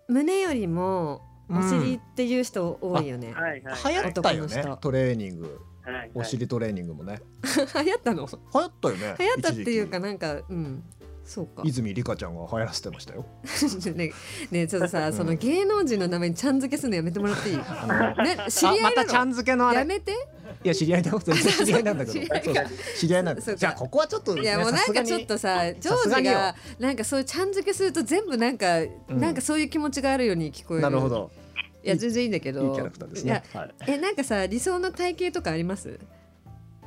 [SPEAKER 1] 胸よりもお尻っていう人多いよね、
[SPEAKER 3] はいはいはい。
[SPEAKER 2] 流行ったよね
[SPEAKER 1] 男の人
[SPEAKER 2] トレーニング
[SPEAKER 3] はいはい
[SPEAKER 2] お尻トレーニングもね
[SPEAKER 1] 流行ったの
[SPEAKER 2] 流行ったよね
[SPEAKER 1] 流行ったっていうか
[SPEAKER 2] 一時
[SPEAKER 1] なんかうんそうか
[SPEAKER 2] 期泉里香ちゃんが流行らせてましたよ
[SPEAKER 1] ねねちょっとさ、その芸能人の名前にちゃん付けするのやめてもらってい い、ね、知り合いなの
[SPEAKER 2] あまたちゃん付けのあ
[SPEAKER 1] や
[SPEAKER 2] れ
[SPEAKER 1] めて
[SPEAKER 2] いや知り合いだ よ全然知り合いなんだけど
[SPEAKER 1] 知り合いか
[SPEAKER 2] そうそう知り合いなんだけ
[SPEAKER 1] そうか
[SPEAKER 2] どじゃあここはちょっとね
[SPEAKER 1] いやもう
[SPEAKER 2] さ
[SPEAKER 1] な
[SPEAKER 2] す
[SPEAKER 1] ん
[SPEAKER 2] が
[SPEAKER 1] か
[SPEAKER 2] に
[SPEAKER 1] ちょっとさジョ
[SPEAKER 2] さす
[SPEAKER 1] ー
[SPEAKER 2] が
[SPEAKER 1] ジ
[SPEAKER 2] によ
[SPEAKER 1] がなんかそういうちゃん付けすると全部なんか、
[SPEAKER 2] うん
[SPEAKER 1] なんかそういう気持ちがあるように聞こえる
[SPEAKER 2] なるほど
[SPEAKER 1] いや全然いいんだけど
[SPEAKER 2] いいキャラクターですねはい
[SPEAKER 1] いやえなんかさ理想の体型とかあります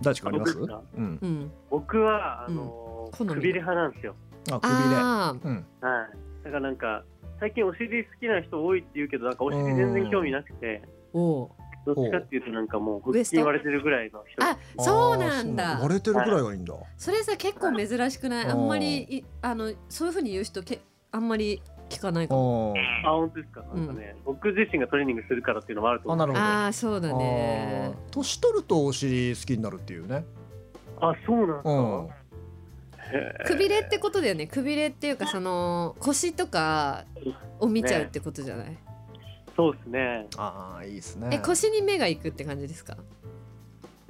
[SPEAKER 2] 大地君あります
[SPEAKER 3] 僕ですか
[SPEAKER 2] うん
[SPEAKER 1] うん
[SPEAKER 3] 僕は、あのー
[SPEAKER 1] 好み
[SPEAKER 3] くびれ派なんですよ。
[SPEAKER 2] あ首で
[SPEAKER 1] あー
[SPEAKER 2] うん
[SPEAKER 3] はい。だからなんか、最近お尻好きな人多いって言うけど、なんかお尻全然興味なくて、
[SPEAKER 1] おう
[SPEAKER 3] どっちかっていうとなんかもう、
[SPEAKER 1] ウエ
[SPEAKER 3] 腹
[SPEAKER 1] スト
[SPEAKER 3] 筋割れてるぐらいの人。
[SPEAKER 1] あそうなん
[SPEAKER 2] あー
[SPEAKER 1] だ
[SPEAKER 2] そう割れてるくらいがいいんだ
[SPEAKER 1] それさ結構珍しくない
[SPEAKER 2] あー
[SPEAKER 1] あんまりいあのそういうふうに言う人けあんまり聞かないかも
[SPEAKER 2] あ
[SPEAKER 3] あ、本当ですか。なんかね、僕自身がトレーニングするからっていうのもあると
[SPEAKER 2] あ
[SPEAKER 3] 思
[SPEAKER 2] な
[SPEAKER 3] う。
[SPEAKER 2] るほど
[SPEAKER 1] ああそうだね
[SPEAKER 2] あー年取るとお尻好きになるっていうね
[SPEAKER 3] あ、そうなんですか。
[SPEAKER 2] うん
[SPEAKER 1] くびれってことだよねくびれっていうかその腰とかを見ちゃうってことじゃない、
[SPEAKER 3] そうですね。
[SPEAKER 2] ああいいですね
[SPEAKER 1] え腰に目がいくって感じですか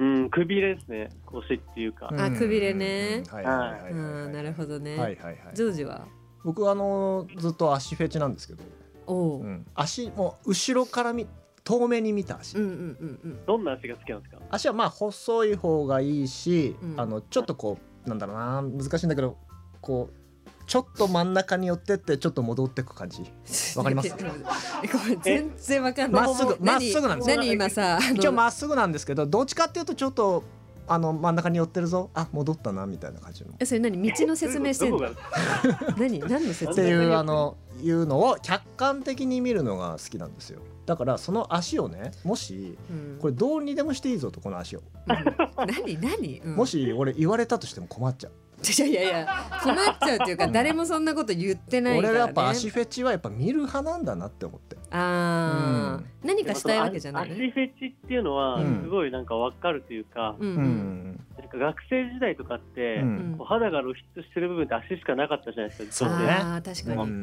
[SPEAKER 3] うん、くびれですね。腰っていうか。
[SPEAKER 2] うん
[SPEAKER 1] あくびれね
[SPEAKER 2] はいはいは
[SPEAKER 1] あ
[SPEAKER 2] いはい
[SPEAKER 1] ーなるほどね、
[SPEAKER 2] はいはいはい
[SPEAKER 1] ジョージは
[SPEAKER 2] 僕あのずっと足フェチなんですけど
[SPEAKER 1] おう、
[SPEAKER 2] うん足もう後ろから見遠目に見た足
[SPEAKER 1] うんうんうんうん
[SPEAKER 3] どんな足が好きなんですか
[SPEAKER 2] 足はまあ細い方がいいし、
[SPEAKER 1] うん
[SPEAKER 2] あのちょっとこうなんだろうな難しいんだけどこうちょっと真ん中に寄ってってちょっと戻ってく感じわかります
[SPEAKER 1] えごめん 全然わかんない
[SPEAKER 2] まっすぐ
[SPEAKER 1] 何
[SPEAKER 2] まっすぐなんですよ
[SPEAKER 1] 何今さあの
[SPEAKER 2] 一応まっすぐなんですけどどっちかっていうとちょっとあの真ん中に寄ってるぞあ戻ったなみたいな感じの。
[SPEAKER 1] えそれ何道の説明してん
[SPEAKER 3] ど
[SPEAKER 1] の
[SPEAKER 3] こが
[SPEAKER 1] 何何の説
[SPEAKER 2] っ
[SPEAKER 1] 明
[SPEAKER 2] ていうあのいうのを客観的に見るのが好きなんですよだからその足をねもし
[SPEAKER 1] うん
[SPEAKER 2] これどうにでもしていいぞとこの足を、
[SPEAKER 1] うん何何、うん
[SPEAKER 2] もし俺言われたとしても困っちゃう
[SPEAKER 1] いやいやいや困っちゃうっていうか誰もそんなこと言ってないから、
[SPEAKER 2] 俺
[SPEAKER 1] ね、
[SPEAKER 2] はやっぱ足フェチはやっぱ見る派なんだなって思って
[SPEAKER 1] あー、何かしたいわけじゃない
[SPEAKER 3] 足
[SPEAKER 1] の
[SPEAKER 3] フェチっていうのは
[SPEAKER 2] うん
[SPEAKER 3] すごいなんかわかるというか、
[SPEAKER 1] うん
[SPEAKER 2] う
[SPEAKER 1] うん
[SPEAKER 2] ん、
[SPEAKER 3] なんか学生時代とかって、
[SPEAKER 2] うん
[SPEAKER 1] うん
[SPEAKER 3] こう肌が露出してる部分って足しかなかったじゃないですか。
[SPEAKER 2] そうね
[SPEAKER 1] あー確か
[SPEAKER 2] う
[SPEAKER 1] に、
[SPEAKER 2] ん、
[SPEAKER 1] う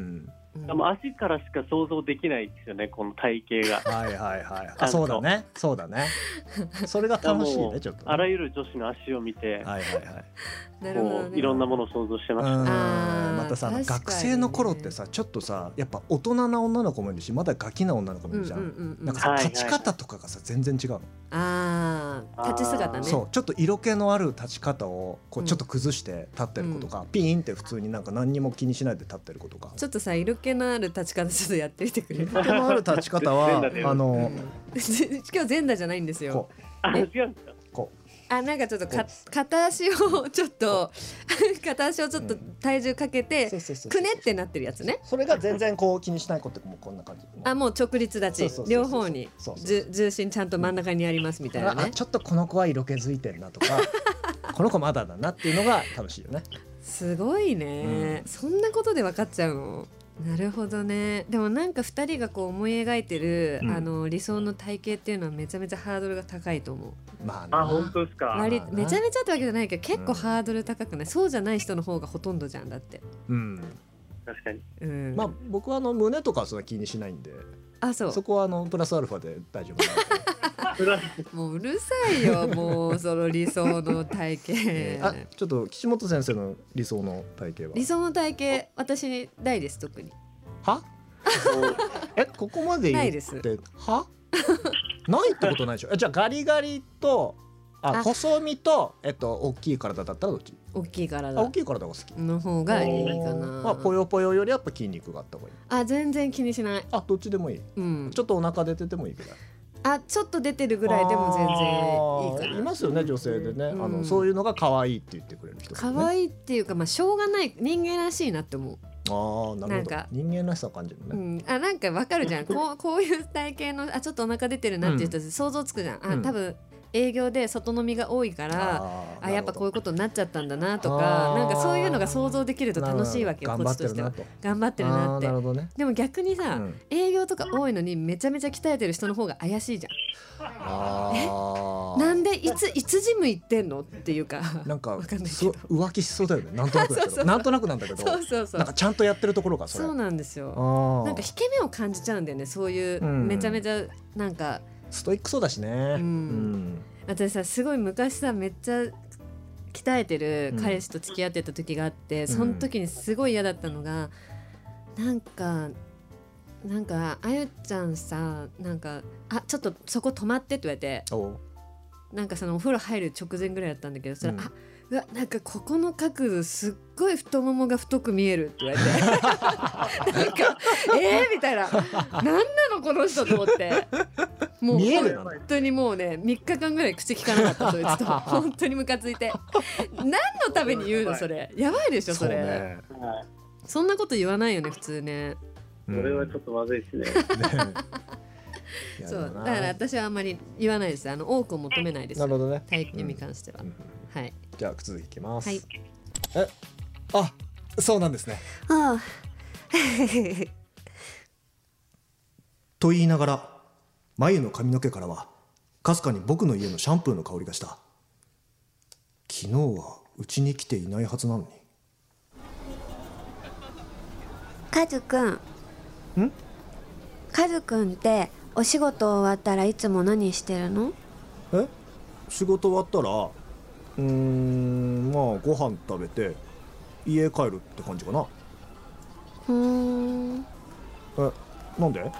[SPEAKER 1] ん
[SPEAKER 3] でも足からしか想像できないですよね、この体型が。
[SPEAKER 2] はいはいはいあそうだねそうだねそれが楽しいねちょっとね
[SPEAKER 3] あらゆる女子の足を見て、
[SPEAKER 2] はいはいはい
[SPEAKER 1] なるほ
[SPEAKER 3] こ
[SPEAKER 1] ど
[SPEAKER 3] う
[SPEAKER 1] ね
[SPEAKER 3] いろんなものを想像して
[SPEAKER 2] う
[SPEAKER 3] ま
[SPEAKER 2] ん
[SPEAKER 3] す。
[SPEAKER 1] あー
[SPEAKER 2] またさ、
[SPEAKER 1] 確かにね
[SPEAKER 2] 学生の頃ってさちょっとさやっぱ大人な女の子もいるしまだガキな女の子も
[SPEAKER 1] う
[SPEAKER 2] い
[SPEAKER 1] んうん
[SPEAKER 2] るじ
[SPEAKER 1] う
[SPEAKER 2] ゃ
[SPEAKER 1] ん
[SPEAKER 2] ん、
[SPEAKER 1] うん
[SPEAKER 2] なんかさ
[SPEAKER 3] はいはい
[SPEAKER 2] 立ち方とかがさ全然違うの、
[SPEAKER 1] ああ立ち姿ね
[SPEAKER 2] そうちょっと色気のある立ち方をこ
[SPEAKER 1] う
[SPEAKER 2] うんちょっと崩して立ってる子とか、ピーンって普通になんか何にも気にしないで立ってる子とか
[SPEAKER 1] ちょっとさ色気のある立ち方ちょっとやってみてくれる
[SPEAKER 2] 色気のある立ち方は
[SPEAKER 3] 全然 だ
[SPEAKER 2] あ
[SPEAKER 3] よ
[SPEAKER 2] の
[SPEAKER 1] 今日全裸じゃないんですよ
[SPEAKER 2] こ
[SPEAKER 3] あ、違うんですか
[SPEAKER 2] こ
[SPEAKER 1] あなんかちょっとか
[SPEAKER 2] こ
[SPEAKER 1] 片足をちょっと片足をちょっと体重かけ
[SPEAKER 2] うそ
[SPEAKER 1] て
[SPEAKER 2] うそうそう
[SPEAKER 1] くねってなってるやつね
[SPEAKER 2] それが全然こう気にしない子ってもうこんな感じ
[SPEAKER 1] あもう直立立
[SPEAKER 2] そうそうそうそ
[SPEAKER 1] ち
[SPEAKER 2] う
[SPEAKER 1] 両方に
[SPEAKER 2] そうそう
[SPEAKER 1] じゅ重心ちゃんと真ん中にありますみたいな
[SPEAKER 2] あ
[SPEAKER 1] ね
[SPEAKER 2] ちょっとこの子は色気づいてんなとかこの子まだだなっていうのが楽しいよね
[SPEAKER 1] すごいね、そんなことで分かっちゃうのなるほどねでもなんか2人がこう思い描いてる、
[SPEAKER 2] うん
[SPEAKER 1] あの理想の体型っていうのはめちゃめちゃハードルが高いと思う
[SPEAKER 2] まあね
[SPEAKER 3] あ、本当ですか。
[SPEAKER 1] 割
[SPEAKER 2] まあな
[SPEAKER 1] めちゃめちゃってわけじゃないけど結
[SPEAKER 2] う
[SPEAKER 1] 構
[SPEAKER 2] ん
[SPEAKER 1] ハードル高くない、そうじゃない人の方がほとんどじゃんだって
[SPEAKER 2] うん
[SPEAKER 3] 確かに。
[SPEAKER 1] うん
[SPEAKER 2] まあ僕はあの胸とかはそんな気にしないんで
[SPEAKER 1] あそう
[SPEAKER 2] そこはあのプラスアルファで大丈 夫なんで
[SPEAKER 1] もううるさい よもうその理想の体型、
[SPEAKER 2] えーあちょっと岸本先生の理想の体型は
[SPEAKER 1] 理想の体型私にないです特に
[SPEAKER 2] は えここまで言って
[SPEAKER 1] ないです
[SPEAKER 2] はないってことないでしょえじゃあガリガリとあ
[SPEAKER 1] あ
[SPEAKER 2] 細身と、えっと、大きい体だったらどっち
[SPEAKER 1] 大きい
[SPEAKER 2] あ
[SPEAKER 1] 体
[SPEAKER 2] 大きい体が好き
[SPEAKER 1] の方がいいかな。
[SPEAKER 2] まあ、ぽよぽよよりやっぱ筋肉があった方がいい
[SPEAKER 1] あ全然気にしない。
[SPEAKER 2] あどっちでもいい
[SPEAKER 1] うん。
[SPEAKER 2] ちょっとお腹出ててもいいぐらい
[SPEAKER 1] あちょっと出てるぐらいでも全然いい
[SPEAKER 2] あー
[SPEAKER 1] かな。
[SPEAKER 2] ますよね女性でね、
[SPEAKER 1] うん
[SPEAKER 2] あのそういうのが可愛いって言ってくれる人、ね、
[SPEAKER 1] 可愛いっていうかまあしょうがない人間らしいなって思う。
[SPEAKER 2] あーなる
[SPEAKER 1] な
[SPEAKER 2] ほ
[SPEAKER 1] ん
[SPEAKER 2] ど
[SPEAKER 1] か
[SPEAKER 2] 人間らしさを感じるね、
[SPEAKER 1] うん、あなんかわかるじゃんこうこういう体型のあちょっとお腹出てるなっていう人たち想像つくじゃん、
[SPEAKER 2] うん
[SPEAKER 1] あ多分営業で外飲みが多いから
[SPEAKER 2] あ
[SPEAKER 1] あやっぱこういううことになっちゃったんだなと
[SPEAKER 2] あ
[SPEAKER 1] か
[SPEAKER 2] ー
[SPEAKER 1] なんかそういうのが想像できると楽しいわけよ
[SPEAKER 2] 頑
[SPEAKER 1] こ
[SPEAKER 2] 張
[SPEAKER 1] っ
[SPEAKER 2] っ
[SPEAKER 1] ち
[SPEAKER 2] て
[SPEAKER 1] とし
[SPEAKER 2] る
[SPEAKER 1] て
[SPEAKER 2] な
[SPEAKER 1] は
[SPEAKER 2] と
[SPEAKER 1] 頑張ってる
[SPEAKER 2] あ
[SPEAKER 1] な
[SPEAKER 2] ー
[SPEAKER 1] って
[SPEAKER 2] なるほどね、
[SPEAKER 1] でも逆に
[SPEAKER 2] う
[SPEAKER 1] さ、
[SPEAKER 2] ん、
[SPEAKER 1] 営業とか多いのにめちゃめちゃ鍛えてる人の方が怪しいじ
[SPEAKER 2] あ
[SPEAKER 1] ゃ
[SPEAKER 2] ー
[SPEAKER 1] んなんでいついつジム行ってんのっていうか
[SPEAKER 2] なんか
[SPEAKER 1] わかんないけど
[SPEAKER 2] すごい浮気しそうだよねなんとなくだけ
[SPEAKER 1] そ
[SPEAKER 2] ど
[SPEAKER 1] うそうそう
[SPEAKER 2] なんとなくなんだけど
[SPEAKER 1] そうそうそ
[SPEAKER 2] なんか
[SPEAKER 1] う
[SPEAKER 2] ちゃんとやってるところがそれ
[SPEAKER 1] そうなんですよ
[SPEAKER 2] あ
[SPEAKER 1] なん
[SPEAKER 2] ー
[SPEAKER 1] か引け目を感じちゃうんだよねそういう
[SPEAKER 2] うん
[SPEAKER 1] めちゃめちゃなんか
[SPEAKER 2] ストイックそうだしね、
[SPEAKER 1] うん私さすごい昔さめっちゃ鍛えてる彼氏と付き合ってた時があって、その時にすごい嫌だったのがなんかなんかあゆちゃんさなんか「あちょっとそこ止まって」って言われて
[SPEAKER 2] おう
[SPEAKER 1] なんかそのお風呂入る直前ぐらいだったんだけどそれ、
[SPEAKER 2] うん
[SPEAKER 1] あうわなんかここの角度すっごい太ももが太く見えるって言われ てなんかえー、みたいななんなのこの人と思ってもう
[SPEAKER 2] 見える
[SPEAKER 1] 本当にもうね3日間ぐらい口聞かなかったそい つと本当にムカついて何のために言うのそれやばいでしょそれそ,、
[SPEAKER 3] はい
[SPEAKER 1] んなこと言わないよね普通ね
[SPEAKER 2] う
[SPEAKER 3] それは
[SPEAKER 2] ん
[SPEAKER 3] ち ょっとまずいですね。
[SPEAKER 2] ねいや
[SPEAKER 1] そう
[SPEAKER 2] でも
[SPEAKER 1] だ
[SPEAKER 2] な
[SPEAKER 1] から私はあんまり言わないですあの多くを求めないです
[SPEAKER 2] なるほどね、
[SPEAKER 1] 体型に関しては、
[SPEAKER 2] うん
[SPEAKER 1] はい
[SPEAKER 2] じゃあ続きいきます、
[SPEAKER 1] はい
[SPEAKER 7] あそうなんですね
[SPEAKER 5] ああ。
[SPEAKER 4] と言いながら眉の髪の毛からはかすかに僕の家のシャンプーの香りがした昨日はうちに来ていないはずなのに
[SPEAKER 5] カズくん。んカズくんって、お仕事終わったらいつも何してるの
[SPEAKER 2] え仕事終わったらうーんまあご飯食べて家帰るって感じかな
[SPEAKER 5] ふーん。
[SPEAKER 2] えなんで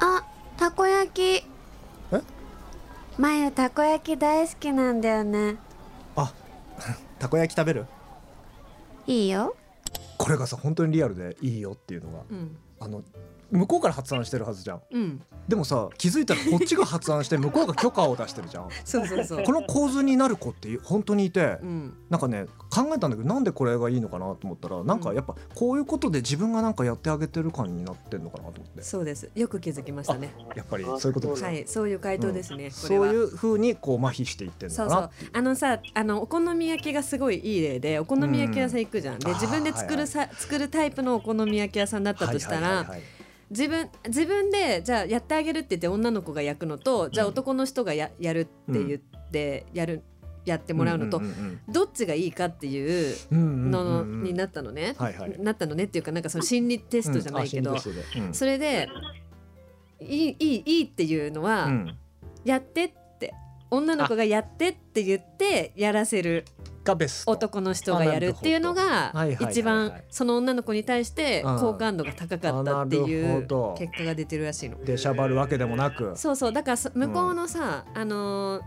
[SPEAKER 5] あ、たこ焼き。えまゆたこ焼き大好きなんだよね。
[SPEAKER 7] たこ焼き食べる
[SPEAKER 5] いいよ。
[SPEAKER 2] これがさ本当にリアルでいいよっていうのが
[SPEAKER 1] うん
[SPEAKER 2] あの向こうから発案してるはずじゃん
[SPEAKER 1] うん
[SPEAKER 2] でもさ気づいたらこっちが発案して向こうが許可を出してるじゃん
[SPEAKER 1] そうそうそう
[SPEAKER 2] この構図になる子って本当にいて
[SPEAKER 1] うん
[SPEAKER 2] なんかね考えたんだけどなんでこれがいいのかなと思ったらなんかやっぱこういうことで自分がなんかやってあげてる感になってんのかなと思って
[SPEAKER 1] そうです。よく気づきましたね。
[SPEAKER 2] やっぱりそういうことです
[SPEAKER 1] は
[SPEAKER 2] ね
[SPEAKER 1] い、そういう回答ですね。こ
[SPEAKER 2] そ
[SPEAKER 1] れ
[SPEAKER 2] う
[SPEAKER 1] は。
[SPEAKER 2] いう風にこう麻痺していってん
[SPEAKER 1] そ
[SPEAKER 2] だ
[SPEAKER 1] う
[SPEAKER 2] な
[SPEAKER 1] そうあのさあのお好み焼きがすごいいい例でお好み焼き屋さん行くじゃん、で
[SPEAKER 2] うん
[SPEAKER 1] 自分で作るさ、作るタイプのお好み焼き屋さんだったとしたら、
[SPEAKER 2] はいはいはいはい
[SPEAKER 1] 自分自分でじゃあやってあげるって言って女の子が焼くのと、じゃあ男の人がややるって言って、やるやってもらうのと、
[SPEAKER 2] んん
[SPEAKER 1] どっちがいいかっていう
[SPEAKER 2] うんうん
[SPEAKER 1] のの、
[SPEAKER 2] うんうんうん
[SPEAKER 1] になったのね、
[SPEAKER 2] はいはい
[SPEAKER 1] なったのねっていうかなんかその心理テストじゃないけど、
[SPEAKER 2] うんあ心理テストでうん
[SPEAKER 1] それでいいいいいいっていうのは、
[SPEAKER 2] うん
[SPEAKER 1] やってって女の子がやってって言ってやらせる
[SPEAKER 2] がベスト
[SPEAKER 1] 男の人がやるっていうのが
[SPEAKER 2] あなるほど
[SPEAKER 1] 一
[SPEAKER 2] はいはいはいは
[SPEAKER 1] 番
[SPEAKER 2] い
[SPEAKER 1] その女の子に対して好感度が高かったって
[SPEAKER 2] あないる
[SPEAKER 1] う
[SPEAKER 2] ほど
[SPEAKER 1] 結果が出てるらしいの。
[SPEAKER 2] でしゃばるわけでもなく
[SPEAKER 1] そうそうだからそ向こうのさ、あのー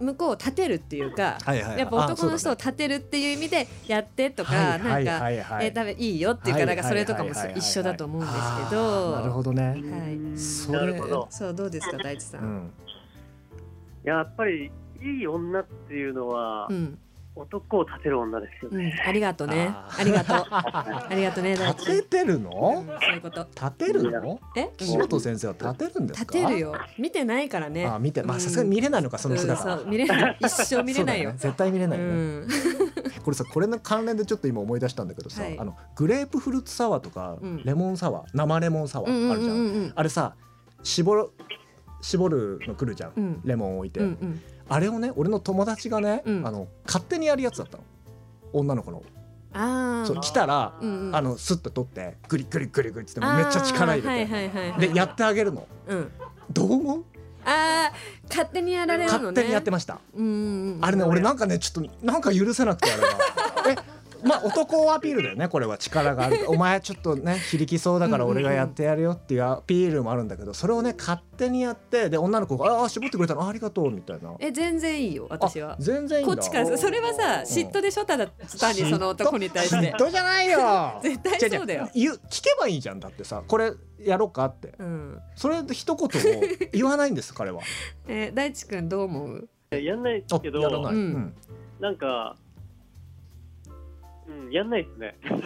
[SPEAKER 1] 向こうを立てるっていうか、
[SPEAKER 2] はいはいはい
[SPEAKER 1] やっぱ男の人を立てるっていう意味でやってとか、なんか、
[SPEAKER 2] いは
[SPEAKER 1] えー多分いいよっていうか、なんかそれとかも
[SPEAKER 2] はいはいはいはい
[SPEAKER 1] 一緒だと思うんですけ
[SPEAKER 2] あ
[SPEAKER 1] ど
[SPEAKER 2] ーなるほどね
[SPEAKER 1] はい、
[SPEAKER 2] そ
[SPEAKER 3] なるほど。
[SPEAKER 1] そうどうですか大地さ、
[SPEAKER 2] うんん
[SPEAKER 3] やっぱりいい女っていうのは、
[SPEAKER 1] うん
[SPEAKER 3] 男を立てる女ですよ
[SPEAKER 1] う
[SPEAKER 3] ね。
[SPEAKER 1] ん、ありがとうね
[SPEAKER 2] あ
[SPEAKER 1] あ
[SPEAKER 2] ー
[SPEAKER 1] りがとうありがとうね大地
[SPEAKER 2] 立ててる
[SPEAKER 1] うん
[SPEAKER 2] の
[SPEAKER 1] そういうこと。
[SPEAKER 2] 立てるの
[SPEAKER 1] え、
[SPEAKER 2] 岸本先生は立てるんです
[SPEAKER 1] 立
[SPEAKER 2] か
[SPEAKER 1] てるよ。見てないからね。
[SPEAKER 2] あ見てま
[SPEAKER 1] う
[SPEAKER 2] あ
[SPEAKER 1] ん
[SPEAKER 2] さすがに見れないのかその姿
[SPEAKER 1] うん
[SPEAKER 2] は
[SPEAKER 1] そう見れない。一生見れないよ
[SPEAKER 2] そうだね。絶対見れ
[SPEAKER 1] う
[SPEAKER 2] ないよね
[SPEAKER 1] ん。
[SPEAKER 2] これさこれの関連でちょっと今思い出したんだけどさ、
[SPEAKER 1] はい
[SPEAKER 2] あのグレープフルーツサワーとか、
[SPEAKER 1] うん
[SPEAKER 2] レモンサワー生レモンサワ
[SPEAKER 1] うん
[SPEAKER 2] ー
[SPEAKER 1] う
[SPEAKER 2] あ
[SPEAKER 1] ん
[SPEAKER 2] るじ
[SPEAKER 1] う
[SPEAKER 2] ゃん、
[SPEAKER 1] んうん。
[SPEAKER 2] あれさ絞る絞るの来るじゃん、
[SPEAKER 1] うん
[SPEAKER 2] レモン置いて、
[SPEAKER 1] うんうん。
[SPEAKER 2] あれをね俺の友達がね、
[SPEAKER 1] うん
[SPEAKER 2] あの勝手にやるやつだったの女の子の、
[SPEAKER 1] ああ。
[SPEAKER 2] そう来たら、
[SPEAKER 1] うんうん
[SPEAKER 2] あのスッと取ってグリグリグリグリってめっちゃ力入れて、
[SPEAKER 1] あーはいはいはいはい。
[SPEAKER 2] でやってあげるの
[SPEAKER 1] うん。
[SPEAKER 2] どう思う、
[SPEAKER 1] ああ勝手にやられるのね。
[SPEAKER 2] 勝手にやってました
[SPEAKER 1] うんうんうん。
[SPEAKER 2] あれね俺なんかねちょっとなんか許せなくてあれがえまあ男アピールだよねこれは力が あるお前ちょっとね非力そうだから俺がやってやるよっていうアピールもあるんだけどそれをね勝手にやってで女の子が「ああ絞ってくれたのありがとう」みたいな
[SPEAKER 1] え全然いいよ私は
[SPEAKER 2] 全然いいん
[SPEAKER 1] こっ
[SPEAKER 2] だ
[SPEAKER 1] ちからそれはさ嫉妬でしょただ単にその男に対して
[SPEAKER 2] 嫉妬じゃないよ
[SPEAKER 1] 絶対そうだよ
[SPEAKER 2] 言う聞けばいいじゃんだってさこれやろうかって
[SPEAKER 1] うん
[SPEAKER 2] それで一言を言わないんです彼は
[SPEAKER 1] え大地君どう思う
[SPEAKER 3] やんない
[SPEAKER 2] あ
[SPEAKER 3] け
[SPEAKER 2] やらな
[SPEAKER 3] ど
[SPEAKER 2] い、
[SPEAKER 1] う
[SPEAKER 2] うんん
[SPEAKER 3] なんかうんやんな いですねな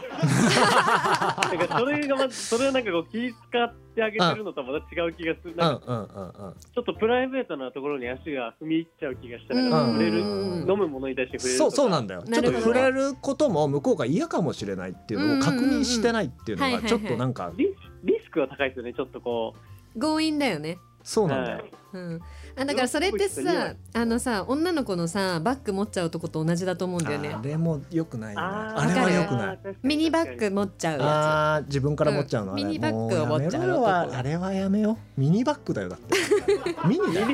[SPEAKER 3] んかそれがまずそれはなんかこう気遣ってあげてるのとはまた違う気がする
[SPEAKER 2] うんう
[SPEAKER 3] なん
[SPEAKER 2] ん
[SPEAKER 3] か
[SPEAKER 2] うんうん
[SPEAKER 3] ちょっとプライベートなところに足が踏み入っちゃう気がしたから
[SPEAKER 1] うん
[SPEAKER 3] 触れる
[SPEAKER 1] うん
[SPEAKER 3] 飲むものに対して触れる
[SPEAKER 2] そ
[SPEAKER 3] と
[SPEAKER 2] う
[SPEAKER 3] か
[SPEAKER 2] そうなんだよち
[SPEAKER 1] な
[SPEAKER 2] ょっと
[SPEAKER 1] るほ
[SPEAKER 2] 触
[SPEAKER 1] ど
[SPEAKER 2] れることも向こうが嫌かもしれないっていうのを確認してないっていうの
[SPEAKER 1] うんうんうん
[SPEAKER 2] がちょっとなんか
[SPEAKER 3] リリスクは高いですよねちょっとこ
[SPEAKER 1] 強引だよね
[SPEAKER 2] そう
[SPEAKER 3] う
[SPEAKER 2] なんだよ
[SPEAKER 3] はい
[SPEAKER 1] うん、あだからそれって
[SPEAKER 3] 喜ぶ人いな
[SPEAKER 1] さ
[SPEAKER 3] い
[SPEAKER 1] あのさ女の子のさバッグ持っちゃう男と同じだと思うんだよね
[SPEAKER 2] あれも良くないよね
[SPEAKER 3] あ
[SPEAKER 2] あ
[SPEAKER 1] ー
[SPEAKER 2] れは良
[SPEAKER 1] よ
[SPEAKER 2] くない
[SPEAKER 3] い
[SPEAKER 1] ミニバッグ持っちゃうや
[SPEAKER 2] あー自分から持っちゃうの、
[SPEAKER 1] うん
[SPEAKER 2] あれ
[SPEAKER 1] ミニバッグを
[SPEAKER 2] も
[SPEAKER 1] 持っちゃう
[SPEAKER 2] やめろよ
[SPEAKER 1] 男
[SPEAKER 2] あれはやめようミニバッグだよだって ミニだよ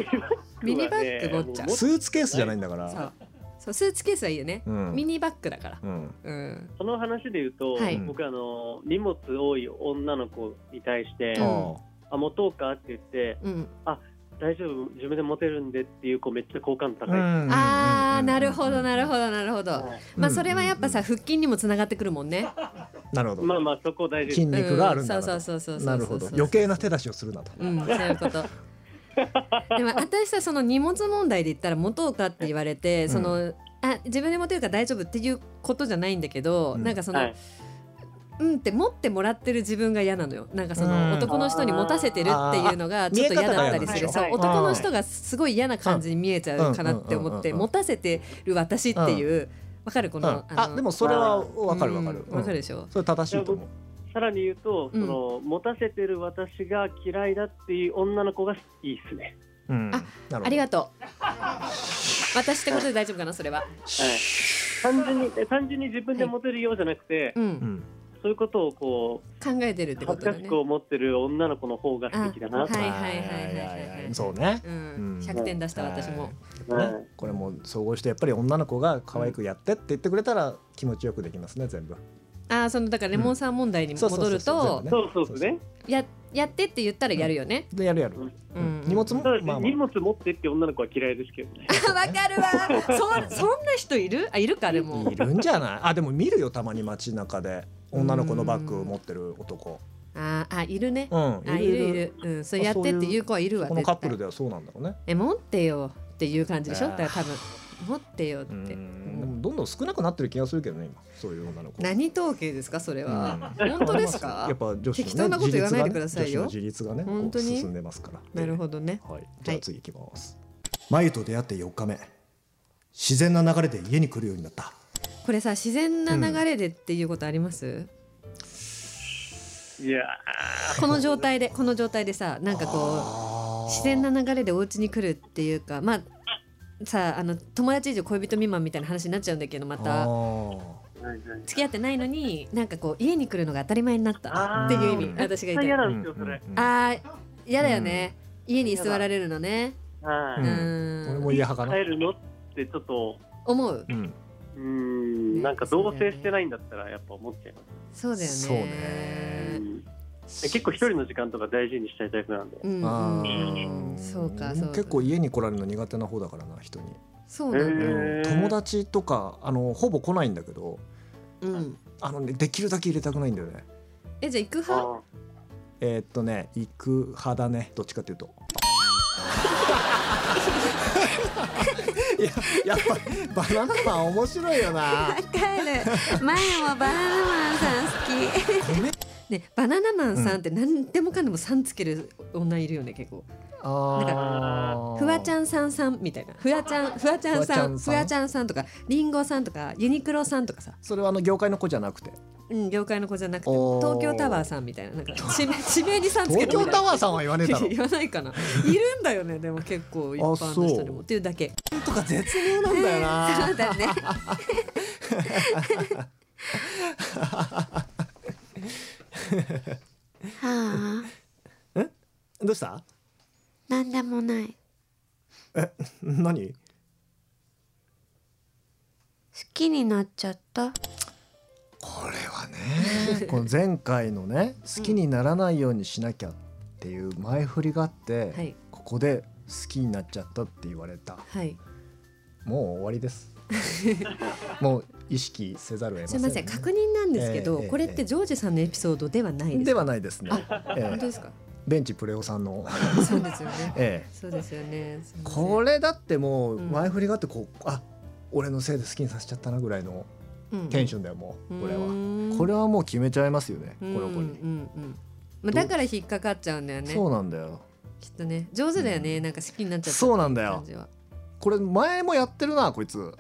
[SPEAKER 1] つミニバッグ持っちゃう
[SPEAKER 2] スーツケースじゃないんだから
[SPEAKER 1] そうそうスーツケースはいいよね、
[SPEAKER 2] うん
[SPEAKER 1] ミニバッグだから
[SPEAKER 2] うん
[SPEAKER 1] うん
[SPEAKER 3] その話で言うと、
[SPEAKER 1] はい
[SPEAKER 3] 僕あの荷物多い女の子に対して「
[SPEAKER 1] うん
[SPEAKER 3] あ持とうか?」って言って
[SPEAKER 1] うん、
[SPEAKER 3] 「大丈夫自分で持てるんで」っていう子めっちゃ好感度高い、
[SPEAKER 1] ああ
[SPEAKER 2] あ
[SPEAKER 1] なるほどなるほ
[SPEAKER 2] ど
[SPEAKER 1] どなるほど、
[SPEAKER 3] は
[SPEAKER 1] まあそれはやっぱさ腹筋にもつながってくるもんね
[SPEAKER 2] なるほ
[SPEAKER 3] い
[SPEAKER 2] ど、
[SPEAKER 3] まあまあそこ大事
[SPEAKER 2] 筋
[SPEAKER 3] です
[SPEAKER 2] 肉があるんだ
[SPEAKER 1] う、
[SPEAKER 2] なん
[SPEAKER 1] そうそうそうそうそう
[SPEAKER 2] なるほど
[SPEAKER 1] そうそう
[SPEAKER 2] 余計な手出しをするなと
[SPEAKER 1] うんそういう ことでも私さその荷物問題で言ったら持とうかって言われて、
[SPEAKER 2] ん
[SPEAKER 1] そのあ自分で持てるから大丈夫っていうことじゃないんだけど、
[SPEAKER 2] うん
[SPEAKER 1] なんかその、
[SPEAKER 3] はい、
[SPEAKER 1] うんって持ってもらってる自分が嫌なのよなんかそ
[SPEAKER 2] うん
[SPEAKER 1] の男の人に持たせてるっていうのがちょっと嫌だったりする
[SPEAKER 3] あー見え方が嫌なんでしょ
[SPEAKER 1] そう
[SPEAKER 3] はい
[SPEAKER 1] 男の人がすごい嫌な感じに見えちゃうかなって思っ
[SPEAKER 2] う
[SPEAKER 1] て
[SPEAKER 2] んうんうんうんうん
[SPEAKER 1] 持たせてる私っていうわかるこ
[SPEAKER 2] うん
[SPEAKER 1] の
[SPEAKER 2] あ
[SPEAKER 1] の
[SPEAKER 2] でもそれはわかるわかる
[SPEAKER 1] うん
[SPEAKER 2] うん
[SPEAKER 1] わかるでしょ
[SPEAKER 2] それ正しいと思う
[SPEAKER 3] さらに言うと、
[SPEAKER 1] うん
[SPEAKER 3] その持たせてる私が嫌いだっていう女の子がいいですね、
[SPEAKER 2] うん
[SPEAKER 1] ああ
[SPEAKER 2] なるほ
[SPEAKER 1] り
[SPEAKER 2] ど
[SPEAKER 1] がとう私ってことで大丈夫かなそれは
[SPEAKER 3] はい、単 純にえ単純に自分で持てるようじゃなくて、
[SPEAKER 1] う
[SPEAKER 2] うんん
[SPEAKER 3] そういうことをこう
[SPEAKER 1] 考えてるってこと
[SPEAKER 3] 恥ず
[SPEAKER 1] だ
[SPEAKER 3] か
[SPEAKER 1] ね
[SPEAKER 3] しく思ってる女の子の方が素敵だな、
[SPEAKER 1] はいはいはいはいはい
[SPEAKER 2] あーそうね
[SPEAKER 1] う
[SPEAKER 2] うんん
[SPEAKER 1] 100点出した私
[SPEAKER 2] は
[SPEAKER 1] も
[SPEAKER 2] いねこれも総合してやっぱり女の子が可愛くやってって言ってくれたら気持ちよくできますね全部
[SPEAKER 1] ああそのだからレモンさん問題に
[SPEAKER 2] そうそう
[SPEAKER 1] 戻
[SPEAKER 2] そう
[SPEAKER 1] る
[SPEAKER 2] そう
[SPEAKER 1] と
[SPEAKER 2] 全部
[SPEAKER 3] そうそうですね
[SPEAKER 1] ややってって言ったらやるよね
[SPEAKER 2] でやるやる
[SPEAKER 1] うん
[SPEAKER 2] 荷物も
[SPEAKER 3] ただし、
[SPEAKER 2] まあまあ
[SPEAKER 3] 荷物持ってって女の子は嫌いですけどね
[SPEAKER 1] あわかるわ。そそんな人いる？あいるかでも
[SPEAKER 2] い。るんじゃないあ でも見るよたまに街中で女の子のバッグを持ってる男
[SPEAKER 1] ああいるね。
[SPEAKER 2] うん
[SPEAKER 1] あいるいる。うんそうやってっていう子はいるわ。
[SPEAKER 2] このカップル
[SPEAKER 1] で。
[SPEAKER 2] ではそうなんだろうね
[SPEAKER 1] え持ってよっていう感じでしょ？
[SPEAKER 2] あ
[SPEAKER 1] だ
[SPEAKER 2] ー
[SPEAKER 1] から多分持ってよっ
[SPEAKER 2] う
[SPEAKER 1] て。
[SPEAKER 2] んでもどんどん少なくなってる気がするけどね今そういう女の子
[SPEAKER 1] 何統計ですかそれは？本当ですか
[SPEAKER 2] やっぱ女子のね
[SPEAKER 1] 適当なこと言わないでくださいよ
[SPEAKER 2] 自立がね女子の
[SPEAKER 1] 本
[SPEAKER 2] 自
[SPEAKER 1] 当
[SPEAKER 2] 立
[SPEAKER 1] に
[SPEAKER 2] がねこう進んでますから
[SPEAKER 1] なるほどね。
[SPEAKER 2] どはいじゃあ次行きます
[SPEAKER 4] 眉と出会って4日目自然な流れで家に来るようになった
[SPEAKER 1] これさ自然な流れでっていうことあります？
[SPEAKER 3] いや
[SPEAKER 1] この状態でこの状態でさなんかこう自然な流れでお家に来るっていうかまあさあの友達以上恋人未満みたいな話になっちゃうんだけどまた。
[SPEAKER 3] ーはいはい
[SPEAKER 1] 付き合ってないのになんかこう家に来るのが当たり前になったっていう意味
[SPEAKER 3] あー
[SPEAKER 1] 私が言い
[SPEAKER 3] 絶対
[SPEAKER 1] たい
[SPEAKER 3] 嫌
[SPEAKER 1] あ
[SPEAKER 3] なんですよ、それ。
[SPEAKER 1] ー嫌だよね、家に居座られるのね
[SPEAKER 3] はい。
[SPEAKER 1] う
[SPEAKER 2] うん
[SPEAKER 1] ん
[SPEAKER 2] 俺も家派かな
[SPEAKER 3] 帰るのってちょっと、
[SPEAKER 1] 思う
[SPEAKER 2] うん
[SPEAKER 3] うーん、なんか同棲してないんだったらやっぱ思っちゃいます。
[SPEAKER 1] そうだよね
[SPEAKER 2] そうね
[SPEAKER 3] うん結構一人の時間とか大事にしたいタイプなんで。
[SPEAKER 1] うん
[SPEAKER 2] あ
[SPEAKER 1] うん
[SPEAKER 2] ー
[SPEAKER 1] そうかそうか
[SPEAKER 2] 結構家に来られるの苦手な方だからな人に、
[SPEAKER 1] そうなんだ、
[SPEAKER 3] へー
[SPEAKER 2] 友達とかあのほぼ来ないんだけど
[SPEAKER 1] うん、
[SPEAKER 2] あの、ね、できるだけ入れたくないんだよね
[SPEAKER 1] えじゃあ行く派
[SPEAKER 3] あ
[SPEAKER 2] えーっとね行く派だねどっちかっていうといややっぱバナナマン面白い よな
[SPEAKER 1] 帰る前もバナナマンさん好き
[SPEAKER 2] ごめん
[SPEAKER 1] ねバナナマンさんって何でもかんでもさんつける女いるよね結構
[SPEAKER 2] あ
[SPEAKER 1] フワち
[SPEAKER 2] ん
[SPEAKER 1] ゃんさんさんみたいなフワちゃんフワちゃんさんフ
[SPEAKER 2] フワちゃんさん
[SPEAKER 1] ワちゃんさんとかリンゴさんとかユニクロさんとかさ
[SPEAKER 2] それはあの業界の子じゃなくて
[SPEAKER 1] うん、業界の子じゃなくて
[SPEAKER 2] おー
[SPEAKER 1] 東京タワーさんみたいななんか地名地名にさんつけ
[SPEAKER 2] 東
[SPEAKER 1] てみ
[SPEAKER 2] 京
[SPEAKER 1] たい
[SPEAKER 2] タワーさんは言わねえだろ
[SPEAKER 1] 言わないかないるんだよねでも結構一般の人でも
[SPEAKER 2] あそう
[SPEAKER 1] っていうだけ
[SPEAKER 2] とか絶妙なんだよな
[SPEAKER 1] そう だね
[SPEAKER 5] はあ、
[SPEAKER 2] どうした
[SPEAKER 5] なんでもない。好
[SPEAKER 2] 何
[SPEAKER 5] きになっちゃった。
[SPEAKER 2] これはねこの前回のね好きにならないようにしなきゃっていう前振りがあって、
[SPEAKER 1] はい
[SPEAKER 2] ここで好きになっちゃったって言われた
[SPEAKER 1] はい
[SPEAKER 2] もう終わりです もう意識せざるを得ますせ
[SPEAKER 1] い
[SPEAKER 2] ん、
[SPEAKER 1] ません確認なんですけど、
[SPEAKER 2] ええ
[SPEAKER 1] これってジョージさんのエピソードではないです
[SPEAKER 2] ではないですね、え
[SPEAKER 1] 本当
[SPEAKER 2] え
[SPEAKER 1] ですか
[SPEAKER 2] ベンチプレオさんの、
[SPEAKER 1] そうですよ ね
[SPEAKER 2] ええ、
[SPEAKER 1] そうですよねすいません
[SPEAKER 2] これだってもう
[SPEAKER 1] うん
[SPEAKER 2] 前振りがあってこう、あ俺のせいで好きにさせちゃったなぐらいの
[SPEAKER 1] うん
[SPEAKER 2] テンションだよもう、これは
[SPEAKER 1] は
[SPEAKER 2] これはもう決めちゃいますよね、
[SPEAKER 1] うん
[SPEAKER 2] この子
[SPEAKER 1] うん
[SPEAKER 2] に、
[SPEAKER 1] うんまあ、だから引っかかっちゃうんだよね
[SPEAKER 2] そうなんだよ
[SPEAKER 1] きっとね上手だよね、なんか好きになっちゃった
[SPEAKER 2] そうなんだよ
[SPEAKER 1] 感じは
[SPEAKER 2] これ前もやってるなこ いつ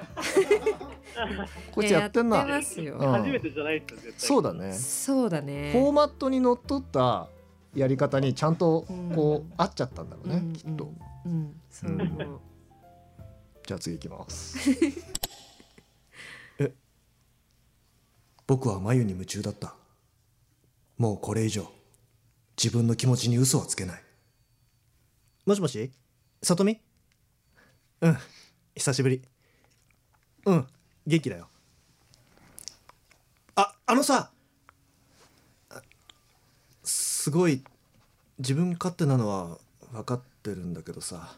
[SPEAKER 2] こいつやってん
[SPEAKER 1] い
[SPEAKER 2] な、
[SPEAKER 1] ややってますよ、
[SPEAKER 2] うん
[SPEAKER 3] 初めてじゃないですよ、絶対。
[SPEAKER 2] そうだね
[SPEAKER 1] そうだね
[SPEAKER 2] フォーマットにのっとったやり方にちゃんとこう、
[SPEAKER 1] うん
[SPEAKER 2] 合っちゃったんだろうね、
[SPEAKER 1] うん
[SPEAKER 2] きっと
[SPEAKER 1] うん、うん、そう思う
[SPEAKER 2] じゃあ次いきます
[SPEAKER 4] 僕は眉に夢中だったもうこれ以上自分の気持ちに嘘はつけない
[SPEAKER 7] もしもしさとみうん久しぶりうん元気だよ
[SPEAKER 4] ああのさあすごい自分勝手なのは分かってるんだけどさ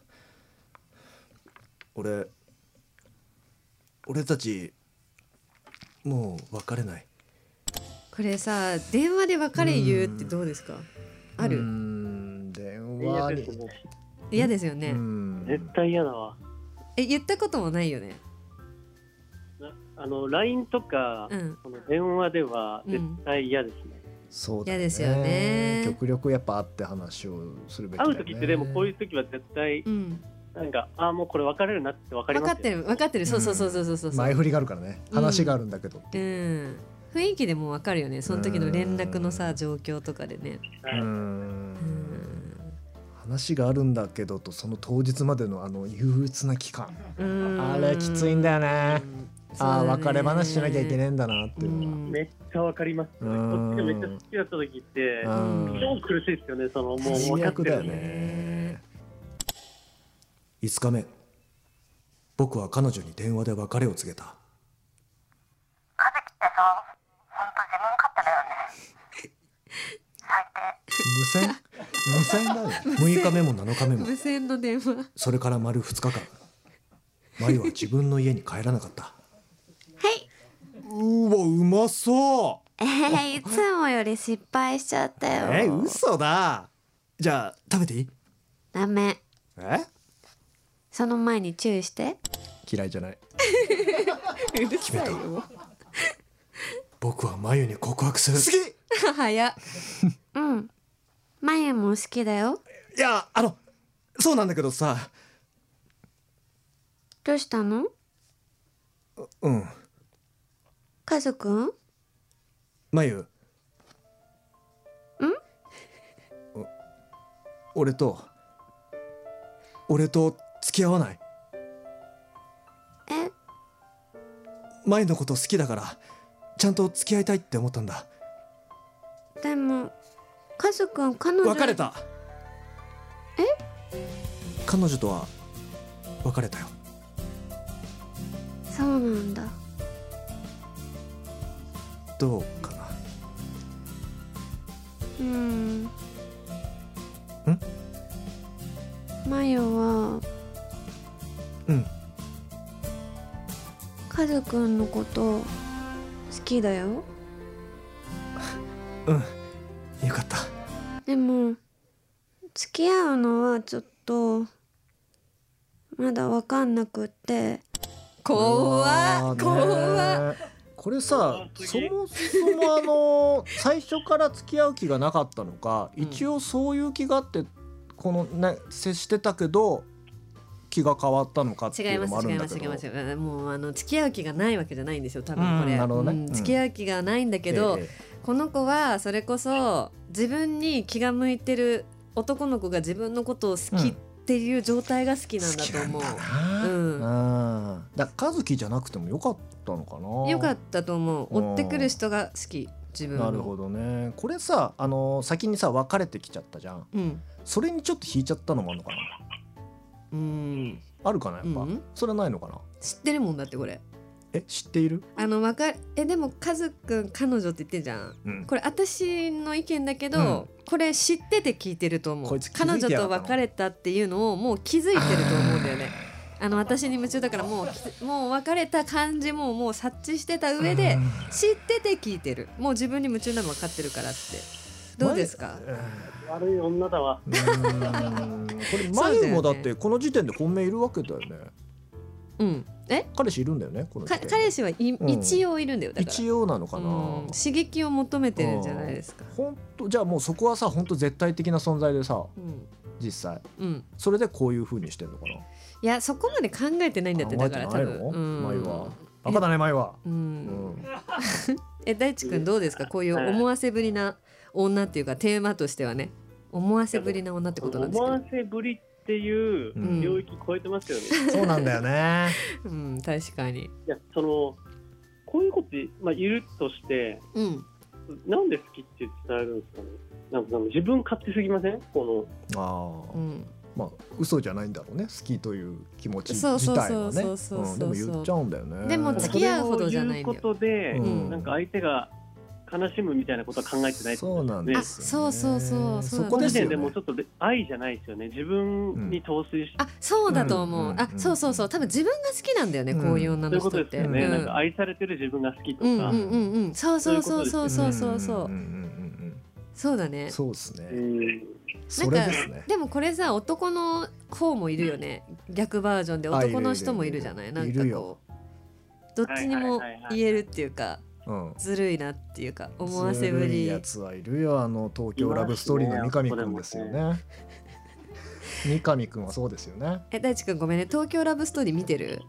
[SPEAKER 4] 俺俺たちもう別れない
[SPEAKER 1] これさ電話で別れ言うってどうですかあ
[SPEAKER 2] うー
[SPEAKER 1] る
[SPEAKER 2] ん電
[SPEAKER 3] 嫌
[SPEAKER 2] 話
[SPEAKER 3] で
[SPEAKER 2] に
[SPEAKER 3] すね。
[SPEAKER 1] 嫌ですよね、
[SPEAKER 2] うん
[SPEAKER 3] 絶対嫌だわ。
[SPEAKER 1] え言ったこともないよね
[SPEAKER 3] なあの LINE とか、
[SPEAKER 1] うん
[SPEAKER 3] この電話では絶対嫌ですね。
[SPEAKER 2] そうだ、
[SPEAKER 1] 嫌
[SPEAKER 2] ね、
[SPEAKER 1] ですよね
[SPEAKER 2] 極力やっぱ会って話をするべきだよ
[SPEAKER 3] 会
[SPEAKER 2] ね
[SPEAKER 3] う時ってでもこういう時は絶対
[SPEAKER 1] うん
[SPEAKER 3] なんか、ああもうこれ別れるなって分かり
[SPEAKER 1] 分
[SPEAKER 3] ま
[SPEAKER 1] か
[SPEAKER 3] すよ
[SPEAKER 1] ってる分かってるそうそうそうそうそうそう
[SPEAKER 2] 前振りがあるからね
[SPEAKER 1] うん
[SPEAKER 2] 話があるんだけど、
[SPEAKER 1] うん雰囲気でもう分かるよねその時の連絡のさ状況とかでね
[SPEAKER 2] うー
[SPEAKER 1] うんん
[SPEAKER 2] 話があるんだけどとその当日までのあの憂鬱な期間
[SPEAKER 1] うん
[SPEAKER 2] あれきついんだよねああ別れ話しなきゃいけね
[SPEAKER 1] い
[SPEAKER 2] えんだなっていうの は、
[SPEAKER 3] めっちゃ分かります、ね。
[SPEAKER 2] うん
[SPEAKER 3] こっちがめっちゃ好きだった時って、
[SPEAKER 1] ん
[SPEAKER 3] 超苦しいですよね、そのもう
[SPEAKER 2] 最
[SPEAKER 3] 分かって
[SPEAKER 2] 悪だよ
[SPEAKER 3] る。
[SPEAKER 2] ね
[SPEAKER 4] 5日目僕は彼女に電話で別れを告げた
[SPEAKER 2] 無線無線だよ
[SPEAKER 4] 6日目も7日目も
[SPEAKER 1] 無線の電話
[SPEAKER 4] それから丸2日間眉は自分の家に帰らなかった
[SPEAKER 5] はいう
[SPEAKER 4] わうまそう
[SPEAKER 5] えー、いつもより失敗しちゃったよ、
[SPEAKER 2] え嘘だ
[SPEAKER 4] じゃあ食べていい
[SPEAKER 5] ダメ
[SPEAKER 2] え
[SPEAKER 5] その前に注意して
[SPEAKER 2] 嫌いじゃないう
[SPEAKER 1] るさいよ
[SPEAKER 4] 僕は眉に告白する
[SPEAKER 2] 好きい
[SPEAKER 1] 早っ
[SPEAKER 5] うん眉も好きだよ
[SPEAKER 2] やあの
[SPEAKER 4] そうなんだけどさ
[SPEAKER 5] どうしたの
[SPEAKER 4] うん
[SPEAKER 5] カズくん
[SPEAKER 4] 眉ん俺と俺と付き合わない
[SPEAKER 5] え
[SPEAKER 4] 眉のこと好きだからちゃんと付き合いたいって思ったんだ
[SPEAKER 5] でもカズくん彼女
[SPEAKER 4] 別れたえ彼女とは別れたよ
[SPEAKER 5] そうなんだ
[SPEAKER 4] どうかな
[SPEAKER 5] うんん
[SPEAKER 4] ん
[SPEAKER 5] 眉は
[SPEAKER 4] うん
[SPEAKER 5] カズくんのこと好きだよ
[SPEAKER 4] うんよかった
[SPEAKER 5] でも付き合うのはちょっとまだわかんなくって
[SPEAKER 1] 怖っ怖っ
[SPEAKER 2] っこれさ
[SPEAKER 3] 怖
[SPEAKER 2] そ
[SPEAKER 3] すぎ
[SPEAKER 2] もそもあの最初から付き合う気がなかったのか
[SPEAKER 1] うん
[SPEAKER 2] 一応そういう気があってこのね接してたけど気が変わったのかって
[SPEAKER 1] 違
[SPEAKER 2] い
[SPEAKER 1] いう
[SPEAKER 2] の
[SPEAKER 1] ま
[SPEAKER 2] もあ
[SPEAKER 1] す
[SPEAKER 2] る
[SPEAKER 1] 違
[SPEAKER 2] ん
[SPEAKER 1] いま
[SPEAKER 2] だ
[SPEAKER 1] す
[SPEAKER 2] け
[SPEAKER 1] 違い
[SPEAKER 2] ど
[SPEAKER 1] ますうんもうあの付き合う気がないわけじゃないんですよ多分これ、
[SPEAKER 2] うんなるほどね
[SPEAKER 1] うん
[SPEAKER 2] うん
[SPEAKER 1] 付き合う気がないんだけど、
[SPEAKER 2] ええ
[SPEAKER 1] この子はそれこそ自分に気が向いてる男の子が自分のことを好きっていう状態が好きなんだと思う、うん
[SPEAKER 2] うんだから和樹じゃなくてもよかったのかな
[SPEAKER 1] よかったと思う追ってくる人が好き自分の
[SPEAKER 2] なるほどねこれさあの先にさ別れてきちゃったじゃん
[SPEAKER 1] うん
[SPEAKER 2] それにちょっと引いちゃったのもあるのかな
[SPEAKER 1] うん
[SPEAKER 2] あるかなやっぱ、
[SPEAKER 1] うん
[SPEAKER 2] それはないのかな
[SPEAKER 1] 知ってるもんだってこれ
[SPEAKER 2] え知っている
[SPEAKER 1] あのわかえでもカズくん彼女って言ってんじゃん
[SPEAKER 2] うん
[SPEAKER 1] これ私の意見だけど、
[SPEAKER 2] うん
[SPEAKER 1] これ知ってて聞いてると思
[SPEAKER 2] こ
[SPEAKER 1] う
[SPEAKER 2] いつ気づいて
[SPEAKER 1] 彼
[SPEAKER 2] やが
[SPEAKER 1] 女
[SPEAKER 2] った
[SPEAKER 1] と
[SPEAKER 2] の
[SPEAKER 1] 別れたっていうのをもう気づいてると思うんだよねあの私に夢中だからもうきつもう別れた感じももう察知してた上で知ってて聞いてるもう自分に夢中なの分かってるからってどうですか
[SPEAKER 3] 悪い女だわ。
[SPEAKER 2] うーんこれ
[SPEAKER 1] そうだよ
[SPEAKER 2] 眉
[SPEAKER 1] ね
[SPEAKER 2] もだってこの時点で本命いるわけだよね
[SPEAKER 1] うんえ
[SPEAKER 2] 彼氏いるんだよねこの時
[SPEAKER 1] か
[SPEAKER 2] 点で
[SPEAKER 1] 彼氏はい、
[SPEAKER 2] ん
[SPEAKER 1] 一応いるんだよだから
[SPEAKER 2] 一応なのかな
[SPEAKER 1] うん刺激を求めてるんじゃないですか
[SPEAKER 2] 本当じゃあもうそこはさ本当絶対的な存在でさ
[SPEAKER 1] うん、
[SPEAKER 2] 実際
[SPEAKER 1] うん、
[SPEAKER 2] それでこういうふうにしてんのかない
[SPEAKER 1] やそこまで考えてないんだって
[SPEAKER 2] 考え
[SPEAKER 1] だ
[SPEAKER 2] て
[SPEAKER 1] から多
[SPEAKER 2] ない
[SPEAKER 1] 分
[SPEAKER 2] の
[SPEAKER 1] うん
[SPEAKER 2] 前はバカだね前は
[SPEAKER 1] う
[SPEAKER 2] うんん
[SPEAKER 1] え大地君どうですかこういう思わせぶりな女っていうかテーマとしてはね思わせぶりな女ってことなんで
[SPEAKER 3] 思
[SPEAKER 1] す
[SPEAKER 3] わせぶりっていう
[SPEAKER 1] うん
[SPEAKER 3] 領域超えてますよね。
[SPEAKER 2] そうなんだよね
[SPEAKER 1] けどうん確かに
[SPEAKER 3] いやそのこういうこと、まあ、いるとして
[SPEAKER 1] うん
[SPEAKER 3] なんで好きって伝えるんですかねなんかなんか自分勝手すぎませんこ
[SPEAKER 2] ああ
[SPEAKER 1] うん
[SPEAKER 2] まあ嘘じゃないんだろうね好きという気持ち
[SPEAKER 1] そう
[SPEAKER 2] 自
[SPEAKER 1] そう
[SPEAKER 2] 体
[SPEAKER 1] そ
[SPEAKER 2] は
[SPEAKER 1] う
[SPEAKER 2] ね
[SPEAKER 1] そうそうそう
[SPEAKER 2] うんでも言っちゃうんだよね
[SPEAKER 1] でも
[SPEAKER 3] の
[SPEAKER 1] 付き合うほどじゃないんだ
[SPEAKER 3] こ
[SPEAKER 1] よ
[SPEAKER 3] れを言うことで、
[SPEAKER 1] うん
[SPEAKER 3] なんか相手が悲しむみたいなことは考えてないって
[SPEAKER 2] そ
[SPEAKER 3] こ
[SPEAKER 2] う
[SPEAKER 3] と
[SPEAKER 2] なん
[SPEAKER 3] で
[SPEAKER 2] です
[SPEAKER 3] ね
[SPEAKER 1] あそうそうそうそう
[SPEAKER 2] そ
[SPEAKER 1] だ
[SPEAKER 2] こ
[SPEAKER 3] この
[SPEAKER 2] で
[SPEAKER 3] 時
[SPEAKER 2] すよ
[SPEAKER 3] 点で
[SPEAKER 2] ね
[SPEAKER 3] もうちょっと愛じゃないですよね自分に陶酔して、
[SPEAKER 1] あそうだと思う、
[SPEAKER 2] うんうん
[SPEAKER 1] あそうそうそう多分自分が好きなんだよね、
[SPEAKER 2] うん
[SPEAKER 1] こういう女
[SPEAKER 3] そうい
[SPEAKER 1] の
[SPEAKER 3] うこ
[SPEAKER 1] 人
[SPEAKER 3] と
[SPEAKER 1] っ
[SPEAKER 3] です
[SPEAKER 1] て
[SPEAKER 3] よね、
[SPEAKER 1] うん、
[SPEAKER 3] なんか愛されてる自分が好きと
[SPEAKER 1] うんう
[SPEAKER 3] か、
[SPEAKER 1] んうんうんそうそうそうそうそうそうそう、
[SPEAKER 2] んうん
[SPEAKER 1] そうだ
[SPEAKER 2] う
[SPEAKER 1] ね
[SPEAKER 2] んそうです
[SPEAKER 3] う
[SPEAKER 2] ね
[SPEAKER 3] ん
[SPEAKER 1] な
[SPEAKER 2] そ
[SPEAKER 1] ん
[SPEAKER 2] れ
[SPEAKER 1] か
[SPEAKER 2] ですね
[SPEAKER 1] でもこれさ男の方もいるよね逆バージョンで
[SPEAKER 2] あいるいる
[SPEAKER 1] 男の人もいるじゃない
[SPEAKER 2] い
[SPEAKER 1] な
[SPEAKER 2] る
[SPEAKER 1] ん
[SPEAKER 2] い
[SPEAKER 1] か
[SPEAKER 2] る
[SPEAKER 1] こうどっちにも
[SPEAKER 3] はいはいはいはい
[SPEAKER 1] 言えるっていうか
[SPEAKER 2] うん
[SPEAKER 1] ずるいなっていうか思わせぶ
[SPEAKER 2] ずるい
[SPEAKER 1] り
[SPEAKER 2] やつはいるよあの東京ラブストーリーの三上くんですよね三上くんはそうですよね
[SPEAKER 1] え大地君ごめんね東京ラブストーリー見てる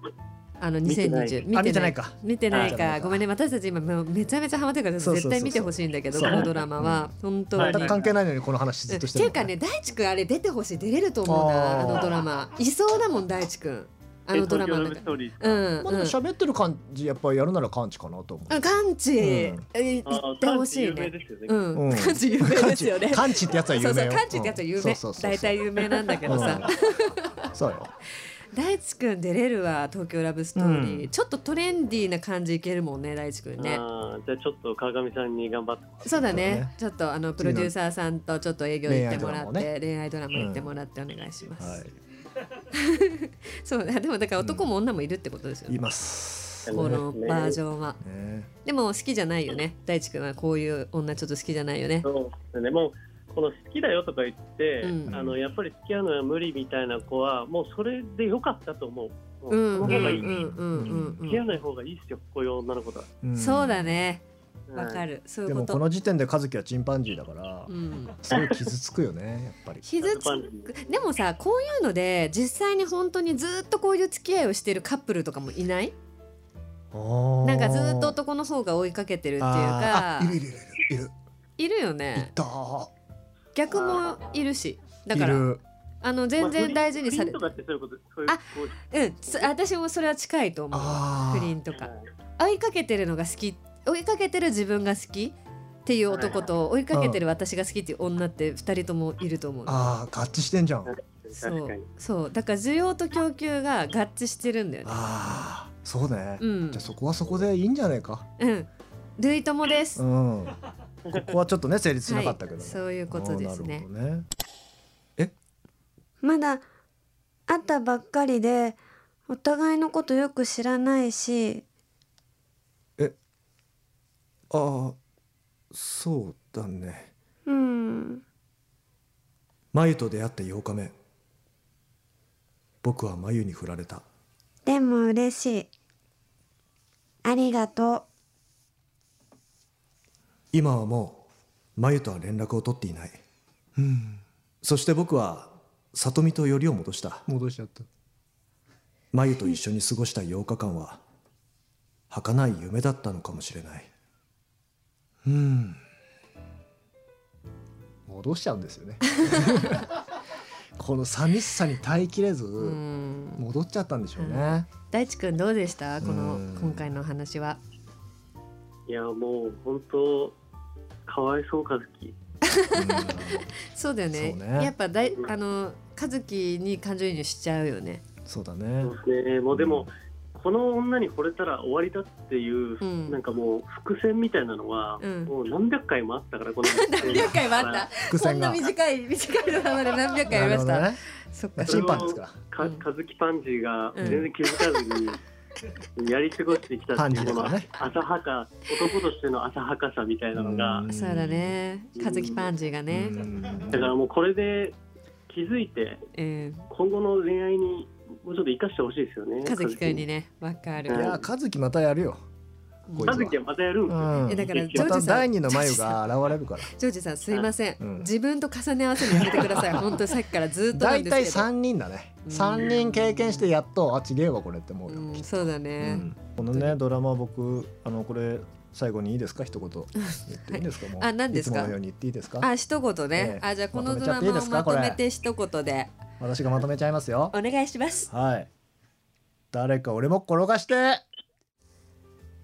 [SPEAKER 1] あの
[SPEAKER 3] 見てない
[SPEAKER 1] 2020
[SPEAKER 2] あ見てないか
[SPEAKER 1] 見てない
[SPEAKER 2] 見てない
[SPEAKER 1] か
[SPEAKER 2] か
[SPEAKER 1] ごめんね私たち今もうめちゃめちゃハマってるから
[SPEAKER 2] そうそ
[SPEAKER 1] 絶
[SPEAKER 2] うそうそう
[SPEAKER 1] 対見てほしいんだけどこ
[SPEAKER 2] そう
[SPEAKER 1] のドラマは本当
[SPEAKER 3] はい
[SPEAKER 1] に
[SPEAKER 2] 全く関係ないのにこの話ず
[SPEAKER 1] うん
[SPEAKER 2] っと
[SPEAKER 1] っ
[SPEAKER 2] して
[SPEAKER 1] て
[SPEAKER 2] る
[SPEAKER 1] い
[SPEAKER 2] の
[SPEAKER 1] うかね大地君あれ出てほしい出れると思うなあ
[SPEAKER 2] あー
[SPEAKER 1] のドラマいそうだもん大地君あのドラマの
[SPEAKER 3] え東京ラブ
[SPEAKER 1] 中
[SPEAKER 3] スト
[SPEAKER 1] う
[SPEAKER 3] ーリー
[SPEAKER 1] んうん
[SPEAKER 2] まあでも喋ってる感じやっぱやるなら感知かなと思う
[SPEAKER 1] あガンチ、
[SPEAKER 2] うん
[SPEAKER 1] え
[SPEAKER 3] あー
[SPEAKER 1] 行ってほしい
[SPEAKER 3] カンチ有名
[SPEAKER 1] ね。
[SPEAKER 3] ですよね
[SPEAKER 1] うん、
[SPEAKER 2] うん
[SPEAKER 1] カンチ有名ですよね。
[SPEAKER 2] 感知ってやつは有名
[SPEAKER 1] そう
[SPEAKER 2] よ
[SPEAKER 1] そう、カンチってやつは有名
[SPEAKER 2] うんそうそう、そう
[SPEAKER 1] 大体有名なんだけどさ、
[SPEAKER 2] うんそうよ
[SPEAKER 1] 大地くん出れるわ、東京ラブストーリー、
[SPEAKER 2] うん
[SPEAKER 1] ちょっとトレンディーな感じいけるもんね、大地くんね。
[SPEAKER 3] あーじゃあちょっと川上さんに頑張って
[SPEAKER 1] そうだね、
[SPEAKER 2] そうだね
[SPEAKER 1] ちょっとあのプロデューサーさんとちょっと営業行ってもらって、恋
[SPEAKER 2] 恋
[SPEAKER 1] 愛
[SPEAKER 2] 愛
[SPEAKER 1] ドラマ行ってもらってお願いします。
[SPEAKER 2] はい
[SPEAKER 1] そうだ、でもだから男も女もいるってことですよ
[SPEAKER 2] 言
[SPEAKER 1] ね
[SPEAKER 2] い。ます
[SPEAKER 1] このバージョンは、
[SPEAKER 2] ね
[SPEAKER 1] でも好きじゃないよね、大地くんはこういう女ちょっと好きじゃないよね。
[SPEAKER 3] そうですねもうこの好きだよとか言って、
[SPEAKER 1] うん
[SPEAKER 3] あのやっぱり付き合うのは無理みたいな子はもうそれでよかったと思うもう
[SPEAKER 1] うん、う
[SPEAKER 3] その
[SPEAKER 1] ん、うん、う
[SPEAKER 3] 方がいい、
[SPEAKER 1] ん、うん、うん
[SPEAKER 3] 付き合わない方がいいっすよこういう女の子だ
[SPEAKER 2] うん
[SPEAKER 1] そうだね。
[SPEAKER 3] うん
[SPEAKER 1] わかる。そうい
[SPEAKER 2] で
[SPEAKER 1] うこ
[SPEAKER 2] も
[SPEAKER 1] と。
[SPEAKER 2] この時点で和樹はチンパンジーだから
[SPEAKER 1] うん。
[SPEAKER 2] すごい傷つくよねやっ ぱり
[SPEAKER 1] 傷つく。でもさ、こういうので実際に本当にずっとこういう付き合いをしてるカップルとかもいない？な
[SPEAKER 2] なん
[SPEAKER 1] かずっと男の方が追いかけてるっていうか
[SPEAKER 2] い、るいるいるいる
[SPEAKER 1] いるよ
[SPEAKER 2] い
[SPEAKER 1] ね。
[SPEAKER 2] た
[SPEAKER 1] 逆もいるし。だか
[SPEAKER 2] い
[SPEAKER 1] ら
[SPEAKER 2] る
[SPEAKER 1] あの全然大事にされ
[SPEAKER 3] まあ不倫とかってそういうことそういう
[SPEAKER 1] あ
[SPEAKER 3] こう
[SPEAKER 1] うん。つ私もそれは近いと思う。
[SPEAKER 2] あー
[SPEAKER 1] 不倫とか。追いかけてるのが好き追いかけてる自分が好きっていう男と追いかけてる私が好きっていう女って二人ともいると思う。
[SPEAKER 2] あー合致してんじゃん
[SPEAKER 3] なんか
[SPEAKER 1] そ
[SPEAKER 3] 確
[SPEAKER 1] う
[SPEAKER 3] かに
[SPEAKER 1] そうだから需要と供給が合致してるんだよね。
[SPEAKER 2] ああそうね、
[SPEAKER 1] うん
[SPEAKER 2] じゃあそこはそこでいいんじゃないか
[SPEAKER 1] うん、類友です。
[SPEAKER 2] う
[SPEAKER 1] は
[SPEAKER 2] んここはちょっとね成立しないかったけど、
[SPEAKER 1] そういうことです
[SPEAKER 2] あ
[SPEAKER 1] ね
[SPEAKER 2] ー。なるほどね
[SPEAKER 5] まだ会ったばっかりでお互いのことよく知らないし
[SPEAKER 4] ああそうだね
[SPEAKER 5] うん
[SPEAKER 4] 眉と出会って8日目僕は眉に振られた
[SPEAKER 5] でも嬉しいありがとう
[SPEAKER 4] 今はもう眉とは連絡を取っていないうんそして僕は里美とよりを戻した
[SPEAKER 2] 戻しちゃった
[SPEAKER 4] 眉と一緒に過ごした8日間は儚い夢だったのかもしれない
[SPEAKER 2] 戻しちゃうんですよねこの寂しさに耐えきれず
[SPEAKER 1] うん
[SPEAKER 2] 戻っちゃったんでしょう ね、
[SPEAKER 1] 大地君どうでしたこの
[SPEAKER 2] うん
[SPEAKER 1] 今回のお話は。
[SPEAKER 3] いやもう本当かわいそう和樹
[SPEAKER 1] そうだよね。
[SPEAKER 2] そうね
[SPEAKER 1] やっぱだいあの和樹に感情移入しちゃうよね。
[SPEAKER 2] そうだ
[SPEAKER 3] そ
[SPEAKER 2] ね
[SPEAKER 3] うですねもうでも、この女に惚れたら終わりだってい
[SPEAKER 1] う
[SPEAKER 3] う、
[SPEAKER 1] ん
[SPEAKER 3] なんかもう伏線みたいなのは、
[SPEAKER 1] うん
[SPEAKER 3] もう何百回もあったからこの
[SPEAKER 1] 何百回もあったこ
[SPEAKER 2] 伏
[SPEAKER 1] ん
[SPEAKER 2] 線
[SPEAKER 1] な
[SPEAKER 2] が
[SPEAKER 1] 短い短いドラマで何百回やりました、
[SPEAKER 2] なるほどね
[SPEAKER 1] そっか
[SPEAKER 3] それ
[SPEAKER 2] 審
[SPEAKER 3] は
[SPEAKER 2] 判ですか
[SPEAKER 3] か
[SPEAKER 1] うん
[SPEAKER 3] カズキパンジーが
[SPEAKER 1] うん
[SPEAKER 3] 全然気づかずに、やり過ごしてきた
[SPEAKER 2] パ
[SPEAKER 3] っ
[SPEAKER 2] ン
[SPEAKER 3] て
[SPEAKER 2] ジ
[SPEAKER 3] い
[SPEAKER 2] ー
[SPEAKER 3] う
[SPEAKER 2] ですか
[SPEAKER 3] この
[SPEAKER 2] らね
[SPEAKER 3] 浅はか男としての浅はかさみたいなのが
[SPEAKER 2] ん
[SPEAKER 1] そうだね
[SPEAKER 3] うん
[SPEAKER 1] 和樹パンジーがね
[SPEAKER 3] だからもうこれで気づいて
[SPEAKER 1] うん
[SPEAKER 3] 今後の恋愛にもうちょっと生かしてほしいですよね
[SPEAKER 1] 和樹くんにねわかる
[SPEAKER 2] いや和樹またやるよこいつ
[SPEAKER 3] カズキはまたやるんですよ、
[SPEAKER 1] えだからジョ
[SPEAKER 2] ま
[SPEAKER 1] ー
[SPEAKER 2] た
[SPEAKER 1] ジさん
[SPEAKER 2] 第二の眉が現れ るから
[SPEAKER 1] ジョージさんすいません、
[SPEAKER 2] うん
[SPEAKER 1] 自分と重ね合わせるのやめてく ださい本当にさっきからずっとな
[SPEAKER 2] 大
[SPEAKER 1] んですけ
[SPEAKER 2] 体
[SPEAKER 1] ど
[SPEAKER 2] 三人だね
[SPEAKER 1] うん
[SPEAKER 2] 三人経験してやっとあちげえわこれって思うよ、
[SPEAKER 1] うん、
[SPEAKER 2] きっ
[SPEAKER 1] そうだ
[SPEAKER 2] と
[SPEAKER 1] ね、
[SPEAKER 2] うんこのねドラマ僕あのこれ最後にいいですか一言言っていいですか、もう
[SPEAKER 1] あ何ですか
[SPEAKER 2] いつものように言っていいですか
[SPEAKER 1] あ一言ね、
[SPEAKER 2] ええ
[SPEAKER 1] あじゃあこの
[SPEAKER 2] ま
[SPEAKER 1] ド
[SPEAKER 2] とめちゃ
[SPEAKER 1] ラ
[SPEAKER 2] っていい
[SPEAKER 1] マ
[SPEAKER 2] で
[SPEAKER 1] を
[SPEAKER 2] す
[SPEAKER 1] ま
[SPEAKER 2] か
[SPEAKER 1] とめ
[SPEAKER 2] これ
[SPEAKER 1] て一言で
[SPEAKER 2] 私がまとめちゃいますよ
[SPEAKER 1] お願いします
[SPEAKER 2] はい誰か俺も転がして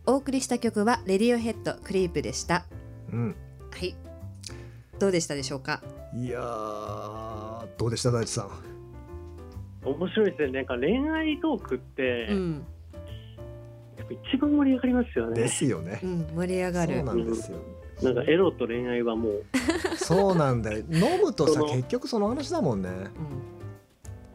[SPEAKER 1] お送りした曲は「レディオヘッドクリープ」でした
[SPEAKER 2] うん
[SPEAKER 1] はいどうでしたでしょうか
[SPEAKER 4] いやーどうでした大地さん
[SPEAKER 3] 面白いですねなんか恋愛トークって、
[SPEAKER 1] うん、
[SPEAKER 3] やっぱ一番盛り上がりますよ
[SPEAKER 2] で
[SPEAKER 3] ね
[SPEAKER 2] すよ ね
[SPEAKER 1] うん、盛り上が
[SPEAKER 2] そう
[SPEAKER 1] る
[SPEAKER 2] なんですよ
[SPEAKER 3] なんかエロと恋愛はもう
[SPEAKER 2] そうなんだよ飲むとさ
[SPEAKER 3] その
[SPEAKER 2] 結局その話だもんね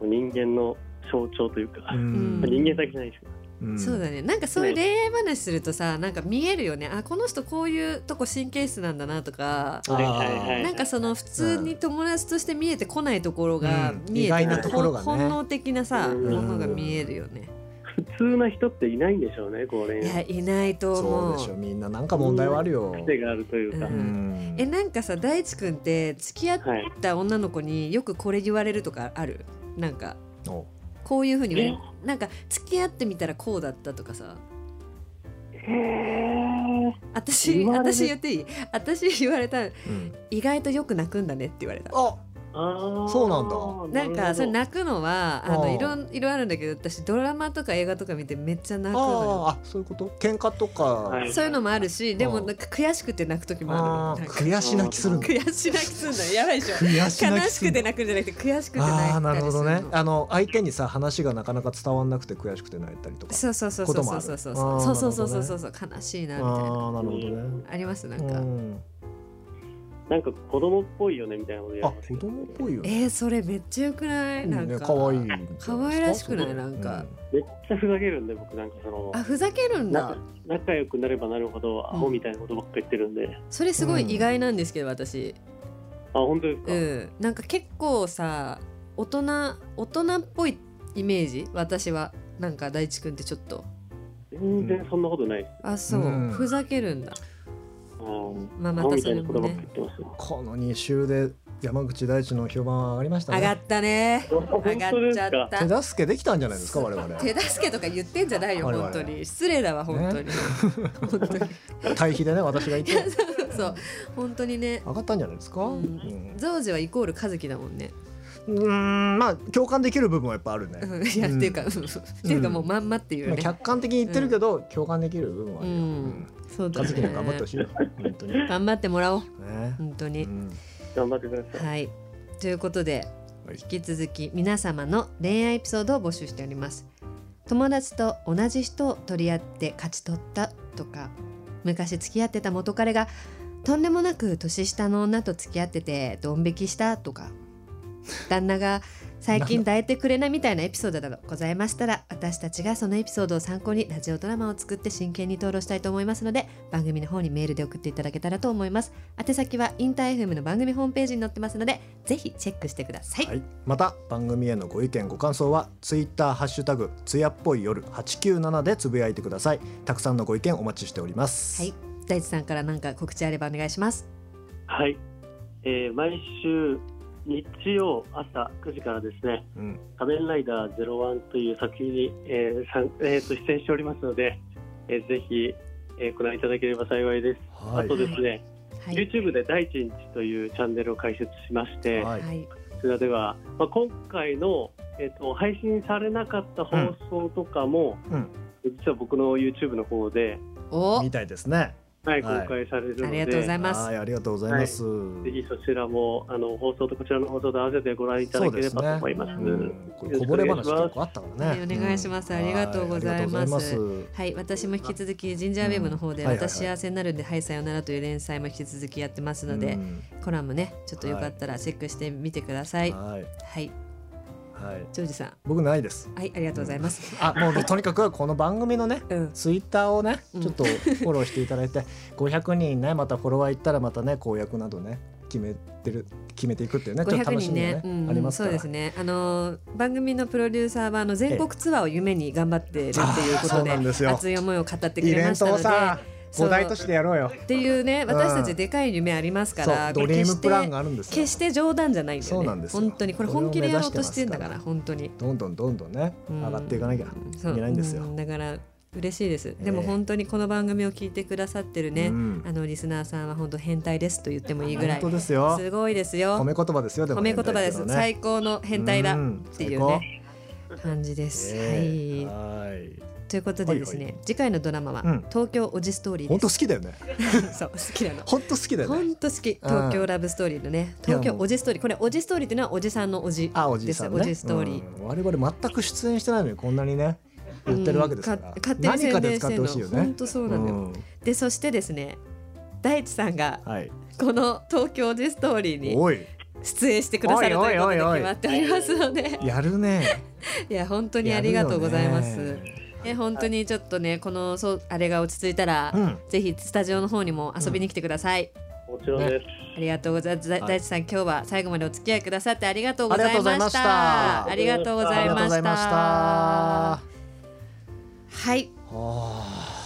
[SPEAKER 3] 人間の象徴というか、
[SPEAKER 1] ん
[SPEAKER 3] 人間だけじゃないですけど
[SPEAKER 1] うん、そうだねなんかそういう恋愛話するとさなんか見えるよねあこの人こういうとこ神経質なんだなとか
[SPEAKER 2] あー
[SPEAKER 3] はいはいはい
[SPEAKER 1] なんかその普通に友達として見えてこないところが
[SPEAKER 2] うん
[SPEAKER 1] 見えて
[SPEAKER 2] 意
[SPEAKER 1] くる、
[SPEAKER 2] 外なところがね
[SPEAKER 1] 本能的なさ
[SPEAKER 3] うん
[SPEAKER 1] ものが見えるよね、
[SPEAKER 3] 普通な人っていないんでしょうねこう恋
[SPEAKER 1] い
[SPEAKER 3] 愛
[SPEAKER 1] やいないと
[SPEAKER 2] そう
[SPEAKER 1] 思
[SPEAKER 2] で
[SPEAKER 1] う
[SPEAKER 2] しょみんななんか問題はあるよ。
[SPEAKER 3] 癖があるというか、
[SPEAKER 1] う
[SPEAKER 2] うんん
[SPEAKER 1] えなんかさ大地君って付き合っ
[SPEAKER 3] はい
[SPEAKER 1] た女の子によくこれ言われるとかあるなんか
[SPEAKER 2] お
[SPEAKER 1] こういうふうにねなんか付き合ってみたらこうだったとかさ私
[SPEAKER 3] 言われる
[SPEAKER 1] 私言っていい私 言われた
[SPEAKER 2] うん
[SPEAKER 1] 意外とよく泣くんだねって言われた
[SPEAKER 2] あ
[SPEAKER 3] あー
[SPEAKER 2] そうなん
[SPEAKER 1] なんかそれ泣くのはあ
[SPEAKER 2] あ
[SPEAKER 1] の
[SPEAKER 2] ー
[SPEAKER 1] いろんいろあるんだけど私ドラマとか映画とか見てめっちゃ泣くの
[SPEAKER 2] あーあそういうこと喧嘩とか、
[SPEAKER 3] は
[SPEAKER 1] よ
[SPEAKER 3] い
[SPEAKER 1] そういうのもあるしでも
[SPEAKER 2] あー
[SPEAKER 1] なんか悔しくて泣く時もあ
[SPEAKER 2] あ
[SPEAKER 1] る
[SPEAKER 2] ー
[SPEAKER 1] なんか
[SPEAKER 2] 悔し泣きするの
[SPEAKER 1] 悔し泣きすんのやばいでしょ
[SPEAKER 2] 悔し
[SPEAKER 1] 悲
[SPEAKER 2] 泣き
[SPEAKER 1] し
[SPEAKER 2] する
[SPEAKER 1] くて
[SPEAKER 2] の
[SPEAKER 1] 泣くんじゃなくて悔しくて泣い
[SPEAKER 2] ああーな
[SPEAKER 1] た
[SPEAKER 2] る
[SPEAKER 1] り
[SPEAKER 2] ほ
[SPEAKER 1] する
[SPEAKER 2] ど
[SPEAKER 1] の
[SPEAKER 2] ねあの相手にさ話がなかなか伝わんなくて悔しくて泣いたりとか
[SPEAKER 1] そうそうそう
[SPEAKER 2] こ
[SPEAKER 1] そ
[SPEAKER 2] と
[SPEAKER 1] う
[SPEAKER 2] も
[SPEAKER 1] そう
[SPEAKER 2] ある
[SPEAKER 1] そうそう
[SPEAKER 2] あー
[SPEAKER 1] そうそう
[SPEAKER 2] な
[SPEAKER 1] そう
[SPEAKER 2] る
[SPEAKER 1] そ
[SPEAKER 2] ほ
[SPEAKER 1] うそう悲しいな
[SPEAKER 2] あ
[SPEAKER 1] みたいな
[SPEAKER 2] ーなるほどね
[SPEAKER 1] ありますなん
[SPEAKER 2] う
[SPEAKER 1] か
[SPEAKER 2] ん
[SPEAKER 3] なんか子供っぽいよねみたいなこと言
[SPEAKER 2] あ
[SPEAKER 3] われます
[SPEAKER 2] 子供っぽいよね
[SPEAKER 1] えー、それめっちゃよくないなん
[SPEAKER 2] ね
[SPEAKER 1] か
[SPEAKER 2] 可愛い
[SPEAKER 1] 可愛らしくないなんか
[SPEAKER 3] めっちゃふざけるんで僕なんかその
[SPEAKER 1] あふざけるんだ
[SPEAKER 3] な仲良くなればなるほどアホみたいなことばっか言ってるんで、あ
[SPEAKER 1] それすごい意外なんですけど私
[SPEAKER 3] 本当ですか、
[SPEAKER 1] うんなんか結構さ大人大人っぽいイメージ私はなんか大地君ってちょっと
[SPEAKER 3] 全然そんなことないです、
[SPEAKER 1] あそう、
[SPEAKER 2] うん
[SPEAKER 1] ふざけるんだ
[SPEAKER 3] うん
[SPEAKER 1] まあ
[SPEAKER 3] ア
[SPEAKER 1] ま
[SPEAKER 3] ホ
[SPEAKER 1] た
[SPEAKER 3] み
[SPEAKER 1] そ
[SPEAKER 3] たい
[SPEAKER 1] れ
[SPEAKER 3] なこ
[SPEAKER 1] も
[SPEAKER 3] とばっか
[SPEAKER 1] ね
[SPEAKER 3] 言ってますよ
[SPEAKER 2] この2週で山口大地の評判は上がりましたね
[SPEAKER 1] 上がったね
[SPEAKER 3] 本
[SPEAKER 1] 上が
[SPEAKER 3] 当
[SPEAKER 1] っ
[SPEAKER 3] で
[SPEAKER 1] ち
[SPEAKER 3] す
[SPEAKER 1] ゃっ
[SPEAKER 3] か
[SPEAKER 1] た
[SPEAKER 2] 手助けできたんじゃないですか我々
[SPEAKER 1] 手助けとか言ってんじゃないよ
[SPEAKER 2] 我々
[SPEAKER 1] 本当に失礼だわ本当に、本当に
[SPEAKER 2] 対比でね私が言っ
[SPEAKER 1] いや
[SPEAKER 2] て
[SPEAKER 1] そうそう本当にね
[SPEAKER 2] 上がったんじゃないですか、
[SPEAKER 1] う
[SPEAKER 2] うんん
[SPEAKER 1] ゾウジはイコールカズキだもんね、
[SPEAKER 2] うーんまあ共感できる部分はやっぱあるね、
[SPEAKER 1] うん、いや、
[SPEAKER 2] うん
[SPEAKER 1] っていうか、うんっていうかもうまんまっていう
[SPEAKER 2] まあ
[SPEAKER 1] ね、
[SPEAKER 2] 客観的に言ってるけど、共感できる部分はあ
[SPEAKER 1] う
[SPEAKER 2] るよ、
[SPEAKER 1] ん、そうだ
[SPEAKER 2] 和
[SPEAKER 1] ね
[SPEAKER 2] 樹には頑張ってほしいよ本当にね、
[SPEAKER 1] 頑張ってもらおう本当
[SPEAKER 2] う
[SPEAKER 1] に、
[SPEAKER 2] ん、
[SPEAKER 3] 頑張ってください
[SPEAKER 1] はいということで
[SPEAKER 2] はい
[SPEAKER 1] 引き続き皆様の恋愛エピソードを募集しております友達と同じ人を取り合って勝ち取ったとか昔付き合ってた元彼がとんでもなく年下の女と付き合っててドン引きしたとか旦那が最近抱いてくれないみたいなエピソードなどございましたら私たちがそのエピソードを参考にラジオドラマを作って真剣に討論したいと思いますので番組の方にメールで送っていただけたらと思います宛先はインター FM の番組ホームページに載ってますのでぜひチェックしてください、
[SPEAKER 2] はい、また番組へのご意見ご感想はツイッターハッシュタグつやっぽい夜897でつぶやいてくださいたくさんのご意見お待ちしております
[SPEAKER 1] はい、大地さんから何か告知あればお願いします。
[SPEAKER 3] はい、えー毎週日曜朝9時からですね
[SPEAKER 2] うん、
[SPEAKER 3] 「仮面ライダー01」という作品に、えーさんえーと出演しておりますので、えーぜひ、えーご覧いただければ幸いです、
[SPEAKER 2] はい
[SPEAKER 3] あとですね、
[SPEAKER 1] はい、
[SPEAKER 3] YouTube で「第一日」というチャンネルを開設しまして、
[SPEAKER 2] は
[SPEAKER 1] はいい、
[SPEAKER 3] こちらでは、まあ、今回の、えー、と配信されなかった放送とかも、
[SPEAKER 2] うん
[SPEAKER 3] 実は僕の YouTube の方で
[SPEAKER 1] お
[SPEAKER 2] み、たいですね
[SPEAKER 3] はい、公
[SPEAKER 2] はい
[SPEAKER 3] 開されるので、
[SPEAKER 1] ありがとうございます。
[SPEAKER 2] はい、ありがとうございます。
[SPEAKER 3] ぜひそちらもあの放送とこちらの放送と合わせてご覧いただければと思います。
[SPEAKER 1] そううですね
[SPEAKER 4] ん、これこぼれ話結構あったから
[SPEAKER 1] はい、
[SPEAKER 4] ね。
[SPEAKER 1] お願いします。ありがとうござい
[SPEAKER 4] はありがとう
[SPEAKER 1] ま
[SPEAKER 4] ご
[SPEAKER 1] す。はい、私も引き続きジンジャーウェーブの方で
[SPEAKER 4] うんはいはいはい
[SPEAKER 1] 私幸せになるんで、はい、さよならという連載も引き続きやってますので、
[SPEAKER 4] うん
[SPEAKER 1] コラムね、ちょっとよかったらチェックしてみてください。は
[SPEAKER 4] はい、
[SPEAKER 1] い、
[SPEAKER 4] はい、
[SPEAKER 1] ジョージさん、
[SPEAKER 4] 僕ないです。
[SPEAKER 1] はい、ありがとうございます。
[SPEAKER 4] あ、もうとにかくこの番組のね、
[SPEAKER 1] うん、
[SPEAKER 4] ツイッターをね、
[SPEAKER 1] うん
[SPEAKER 4] ちょっとフォローしていただいて、500人ね、またフォロワーいったらまたね、公約などね、決めてる決めていくっていうね、ちょっと
[SPEAKER 1] 500
[SPEAKER 4] 楽し
[SPEAKER 1] 人
[SPEAKER 4] み
[SPEAKER 1] ね
[SPEAKER 4] がね、
[SPEAKER 1] うん
[SPEAKER 4] あります
[SPEAKER 1] そ
[SPEAKER 4] か
[SPEAKER 1] う
[SPEAKER 4] ら。
[SPEAKER 1] ですね。あのー番組のプロデューサーはあの全国ツアーを夢に頑張ってるっていうこ
[SPEAKER 4] あーそ
[SPEAKER 1] と
[SPEAKER 4] う
[SPEAKER 1] で、
[SPEAKER 4] なんですよ
[SPEAKER 1] 熱い思いを語ってく
[SPEAKER 4] イ
[SPEAKER 1] れ
[SPEAKER 4] ベ
[SPEAKER 1] ま
[SPEAKER 4] ン
[SPEAKER 1] した
[SPEAKER 4] ト
[SPEAKER 1] の
[SPEAKER 4] を
[SPEAKER 1] で、
[SPEAKER 4] さ、
[SPEAKER 1] そう
[SPEAKER 4] 五大都市でやろうよ。
[SPEAKER 1] っていうね、私たちでかい夢ありますか
[SPEAKER 4] そう
[SPEAKER 1] ら、こ
[SPEAKER 4] ド
[SPEAKER 1] れ
[SPEAKER 4] リ
[SPEAKER 1] 決
[SPEAKER 4] ー
[SPEAKER 1] し
[SPEAKER 4] ム
[SPEAKER 1] て
[SPEAKER 4] プランがあるんですよ。
[SPEAKER 1] 決して冗談じゃないんだよね。
[SPEAKER 4] そうなんですよ
[SPEAKER 1] 本当にこれ本気でやろうとしてんだから、
[SPEAKER 4] こ
[SPEAKER 1] 本当に。
[SPEAKER 4] どんどんどんどんね、
[SPEAKER 1] うん
[SPEAKER 4] 上がっていかなきゃ
[SPEAKER 1] い
[SPEAKER 4] いけないんですよ。
[SPEAKER 1] だから嬉しいです。
[SPEAKER 4] え
[SPEAKER 1] でも本当にこの番組を聞いてくださってるね、
[SPEAKER 4] うん
[SPEAKER 1] あのリスナーさんは本当変態ですと言ってもいいぐら
[SPEAKER 4] 本
[SPEAKER 1] い
[SPEAKER 4] 当。ですよ。
[SPEAKER 1] すごいですよ。
[SPEAKER 4] 褒め言葉ですよ。でも
[SPEAKER 1] 褒め言葉です、
[SPEAKER 4] 変態って
[SPEAKER 1] 最高の変態だっていう
[SPEAKER 4] うん最
[SPEAKER 1] ね感じです、
[SPEAKER 4] いうの
[SPEAKER 1] は
[SPEAKER 4] はね。はい。
[SPEAKER 1] いということでですね、
[SPEAKER 4] はいは
[SPEAKER 1] 次回のドラマは、
[SPEAKER 4] うん
[SPEAKER 1] 東京おじストーリー
[SPEAKER 4] 本
[SPEAKER 1] で
[SPEAKER 4] 当好きだよね。
[SPEAKER 1] す そう好き なの
[SPEAKER 4] 本当好きだよね。
[SPEAKER 1] 本当好き東京ラブストーリーのね東京おじストーリーこれおじストーリーっていうのはおじさんのおじ
[SPEAKER 4] あ、おじさんね。
[SPEAKER 1] ですおじストーリー、
[SPEAKER 4] うん我々全く出演してないのにこんなにね言ってるわけですから
[SPEAKER 1] うん。勝手に
[SPEAKER 4] 何
[SPEAKER 1] 宣
[SPEAKER 4] かで
[SPEAKER 1] 伝
[SPEAKER 4] 使
[SPEAKER 1] し
[SPEAKER 4] ってて
[SPEAKER 1] ん
[SPEAKER 4] ほ
[SPEAKER 1] の
[SPEAKER 4] しいよ
[SPEAKER 1] 本
[SPEAKER 4] ね。
[SPEAKER 1] 当そうなのよ、
[SPEAKER 4] うん
[SPEAKER 1] でそしてですね大地さんが
[SPEAKER 4] はい。
[SPEAKER 1] この東京おじストーリーに
[SPEAKER 4] おい、
[SPEAKER 1] 出演してくださるということで決まっておりますので
[SPEAKER 4] やるね。
[SPEAKER 1] いや本当にありがとうございます、
[SPEAKER 4] やるよね
[SPEAKER 1] え本当にちょっとねこのそうあれが落ち着いたら、
[SPEAKER 4] うん。
[SPEAKER 1] ぜひスタジオの方にも遊びに来てください、
[SPEAKER 3] もちろんです。
[SPEAKER 1] ありがとうございます、
[SPEAKER 4] い
[SPEAKER 1] 大地さん今日は最後までお付き合いくださってありがとうございました
[SPEAKER 4] あ
[SPEAKER 1] あり
[SPEAKER 3] り
[SPEAKER 1] が
[SPEAKER 3] が
[SPEAKER 1] と
[SPEAKER 3] と
[SPEAKER 1] うご
[SPEAKER 3] うご
[SPEAKER 1] ざ
[SPEAKER 3] ざ
[SPEAKER 1] い
[SPEAKER 3] い
[SPEAKER 1] ま
[SPEAKER 4] あ
[SPEAKER 1] した
[SPEAKER 4] りがとうございました。
[SPEAKER 1] はい
[SPEAKER 4] はあ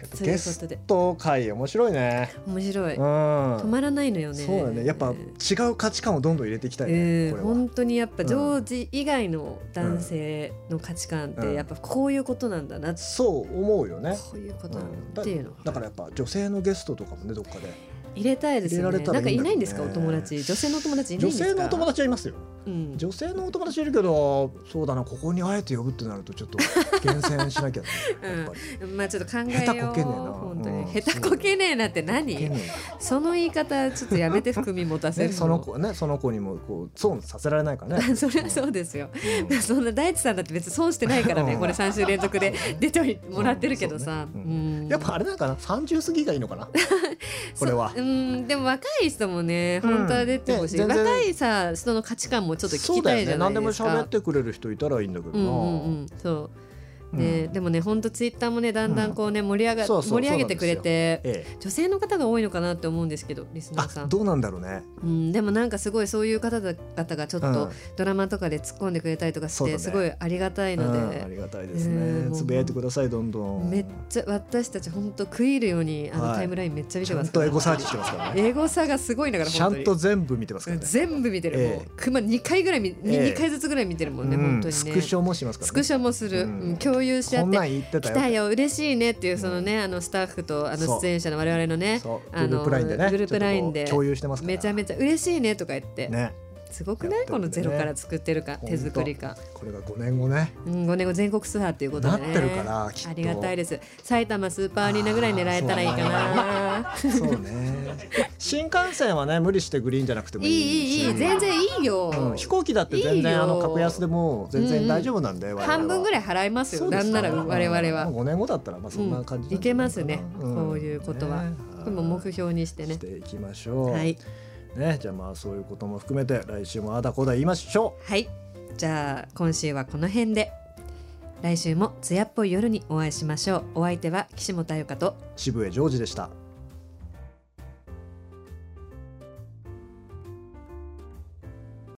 [SPEAKER 4] やっぱ
[SPEAKER 1] ということで
[SPEAKER 4] ゲスト会面白いね。
[SPEAKER 1] 面白い、
[SPEAKER 4] うん。
[SPEAKER 1] 止まらないのよね
[SPEAKER 4] そうだね。やっぱ違う価値観をどんどん入れていきたいね。
[SPEAKER 1] え
[SPEAKER 4] こ
[SPEAKER 1] ー、
[SPEAKER 4] れは
[SPEAKER 1] 本当にやっぱ
[SPEAKER 4] うん
[SPEAKER 1] ジョージ以外の男性の価値観っ
[SPEAKER 4] う
[SPEAKER 1] て
[SPEAKER 4] ん
[SPEAKER 1] やっぱこういうことなんだな、こ
[SPEAKER 4] そう思うよね。
[SPEAKER 1] ういうことなん
[SPEAKER 4] うん
[SPEAKER 1] だ
[SPEAKER 4] だ
[SPEAKER 1] っていうの
[SPEAKER 4] だからやっぱ女性のゲストとかもねどっかで
[SPEAKER 1] 入れたいですよ
[SPEAKER 4] 入
[SPEAKER 1] ね
[SPEAKER 4] れられた
[SPEAKER 1] な
[SPEAKER 4] ら
[SPEAKER 1] んか
[SPEAKER 4] いい
[SPEAKER 1] い
[SPEAKER 4] ん
[SPEAKER 1] な
[SPEAKER 4] だけどね
[SPEAKER 1] いんですかお友達女性のお友達いないん
[SPEAKER 4] 女
[SPEAKER 1] ですか
[SPEAKER 4] 性のお友達はいますよ
[SPEAKER 1] うん、
[SPEAKER 4] 女性のお友達いるけどそうだなここにあえて呼ぶってなるとちょっと厳選しなきゃね
[SPEAKER 1] うん
[SPEAKER 4] やっぱり
[SPEAKER 1] まあちょっと考えよう
[SPEAKER 4] 下手こけねえな
[SPEAKER 1] 本当に、
[SPEAKER 4] うん
[SPEAKER 1] 下手こけねえなって何、
[SPEAKER 4] 権利
[SPEAKER 1] その言い方ちょっとやめて含み持たせる
[SPEAKER 4] ねその子ねその子にもこう損させられないから ね
[SPEAKER 1] そりゃそうですよ、
[SPEAKER 4] うん
[SPEAKER 1] そんな大地さんだって別に損してないからね、
[SPEAKER 4] うん
[SPEAKER 1] これ3週連続で出てもらってるけどさ、
[SPEAKER 4] そうね
[SPEAKER 1] うん
[SPEAKER 4] やっぱあれなんかな30過ぎがいい のかなこれは
[SPEAKER 1] そううんでも若い人もね
[SPEAKER 4] うん
[SPEAKER 1] 本当は出てほしい、
[SPEAKER 4] ね全然
[SPEAKER 1] 若いさ人の価値観もちょっと聞
[SPEAKER 4] そう
[SPEAKER 1] き
[SPEAKER 4] だ
[SPEAKER 1] た
[SPEAKER 4] よ
[SPEAKER 1] いじ
[SPEAKER 4] ね
[SPEAKER 1] ゃない
[SPEAKER 4] 何でも
[SPEAKER 1] ですか
[SPEAKER 4] 喋ってくれる人いたらいいんだけ
[SPEAKER 1] う
[SPEAKER 4] ど
[SPEAKER 1] んうん
[SPEAKER 4] な
[SPEAKER 1] うんそう
[SPEAKER 4] うん
[SPEAKER 1] ね、でもね本当ツイッターもねだんだんこうね盛り上が、
[SPEAKER 4] そうそう
[SPEAKER 1] 盛り上げてくれて
[SPEAKER 4] ええ
[SPEAKER 1] 女性の方が多いのかなって思うんですけどリスナーさ
[SPEAKER 4] あ
[SPEAKER 1] ん
[SPEAKER 4] どうなんだろうね
[SPEAKER 1] うん、でもなんかすごいそういう方々がちょっ
[SPEAKER 4] う
[SPEAKER 1] と
[SPEAKER 4] ん
[SPEAKER 1] ドラマとかで突っ込んでくれたりとかし
[SPEAKER 4] そう
[SPEAKER 1] て、
[SPEAKER 4] だね
[SPEAKER 1] すごいありがたいの
[SPEAKER 4] うんあ
[SPEAKER 1] で、
[SPEAKER 4] りがたいです
[SPEAKER 1] ええ
[SPEAKER 4] ね
[SPEAKER 1] もう
[SPEAKER 4] つぶやいてくださいどんどん
[SPEAKER 1] めっちゃ私たち本当食い入るようにあの
[SPEAKER 4] はい
[SPEAKER 1] タイムラインめっちゃ見
[SPEAKER 4] ち
[SPEAKER 1] て
[SPEAKER 4] ゃ
[SPEAKER 1] ま
[SPEAKER 4] ん
[SPEAKER 1] すか
[SPEAKER 4] と
[SPEAKER 1] ら、
[SPEAKER 4] エゴサーチしてますからね
[SPEAKER 1] エゴサがすごいんだから
[SPEAKER 4] ちゃ
[SPEAKER 1] 本当
[SPEAKER 4] ん
[SPEAKER 1] に
[SPEAKER 4] と全部見てますからね
[SPEAKER 1] 全部見てる、
[SPEAKER 4] ええ
[SPEAKER 1] もう熊2回ぐらい見
[SPEAKER 4] ええ
[SPEAKER 1] 2回ずつぐらい見てるもんね、
[SPEAKER 4] うん
[SPEAKER 1] 本当にね
[SPEAKER 4] スクショもしますからね
[SPEAKER 1] スクショもする、
[SPEAKER 4] うん
[SPEAKER 1] うん共有し合
[SPEAKER 4] こ
[SPEAKER 1] っ
[SPEAKER 4] んなん
[SPEAKER 1] て
[SPEAKER 4] 言って
[SPEAKER 1] 来
[SPEAKER 4] た
[SPEAKER 1] た
[SPEAKER 4] よ
[SPEAKER 1] よ嬉しいねっていうそのね、あのスタッフとあ
[SPEAKER 4] そ
[SPEAKER 1] の
[SPEAKER 4] う
[SPEAKER 1] 出演者の我々のね
[SPEAKER 4] そう
[SPEAKER 1] あ
[SPEAKER 4] グル
[SPEAKER 1] の
[SPEAKER 4] ープラインでね
[SPEAKER 1] グループラインで
[SPEAKER 4] ちょっとこう共有してますから
[SPEAKER 1] めちゃめちゃ嬉しいねとか言って、
[SPEAKER 4] ね
[SPEAKER 1] すごくない、
[SPEAKER 4] やって
[SPEAKER 1] こ
[SPEAKER 4] るん
[SPEAKER 1] の
[SPEAKER 4] でね
[SPEAKER 1] ゼロから作ってるか
[SPEAKER 4] ほん
[SPEAKER 1] 手
[SPEAKER 4] と
[SPEAKER 1] 作りか
[SPEAKER 4] これが5年後ね
[SPEAKER 1] うん、5年後全国ツアーっていうことで、ね、
[SPEAKER 4] なってるからきっと
[SPEAKER 1] ありがたいです埼玉スーパーアリーナぐらい狙えたらいいかな
[SPEAKER 4] そうね新幹線はね無理してグリーンじゃなくても
[SPEAKER 1] い
[SPEAKER 4] い
[SPEAKER 1] い
[SPEAKER 4] い
[SPEAKER 1] いいいい全然いいよ、
[SPEAKER 4] うん飛行機だって全
[SPEAKER 1] いい
[SPEAKER 4] 然
[SPEAKER 1] よ
[SPEAKER 4] あの格安でも全
[SPEAKER 1] うんう
[SPEAKER 4] 然
[SPEAKER 1] ん
[SPEAKER 4] 大丈夫なんで
[SPEAKER 1] 半分ぐ
[SPEAKER 4] らい
[SPEAKER 1] らい払いますよなんなら我々は、
[SPEAKER 4] 5年後だったらまあそんな感じ
[SPEAKER 1] うんいけますね
[SPEAKER 4] ん
[SPEAKER 1] こういうことは
[SPEAKER 4] ね
[SPEAKER 1] これも目標にして
[SPEAKER 4] し
[SPEAKER 1] ね
[SPEAKER 4] ていきましょう
[SPEAKER 1] はい
[SPEAKER 4] ねじゃあまあそういうことも含めて来週もあだこうだ言いましょ
[SPEAKER 1] はいじゃあ今週はこの辺で来週も艶っぽい夜にお会いしましょうお相手は岸本彩香と
[SPEAKER 4] う渋江ジョージでした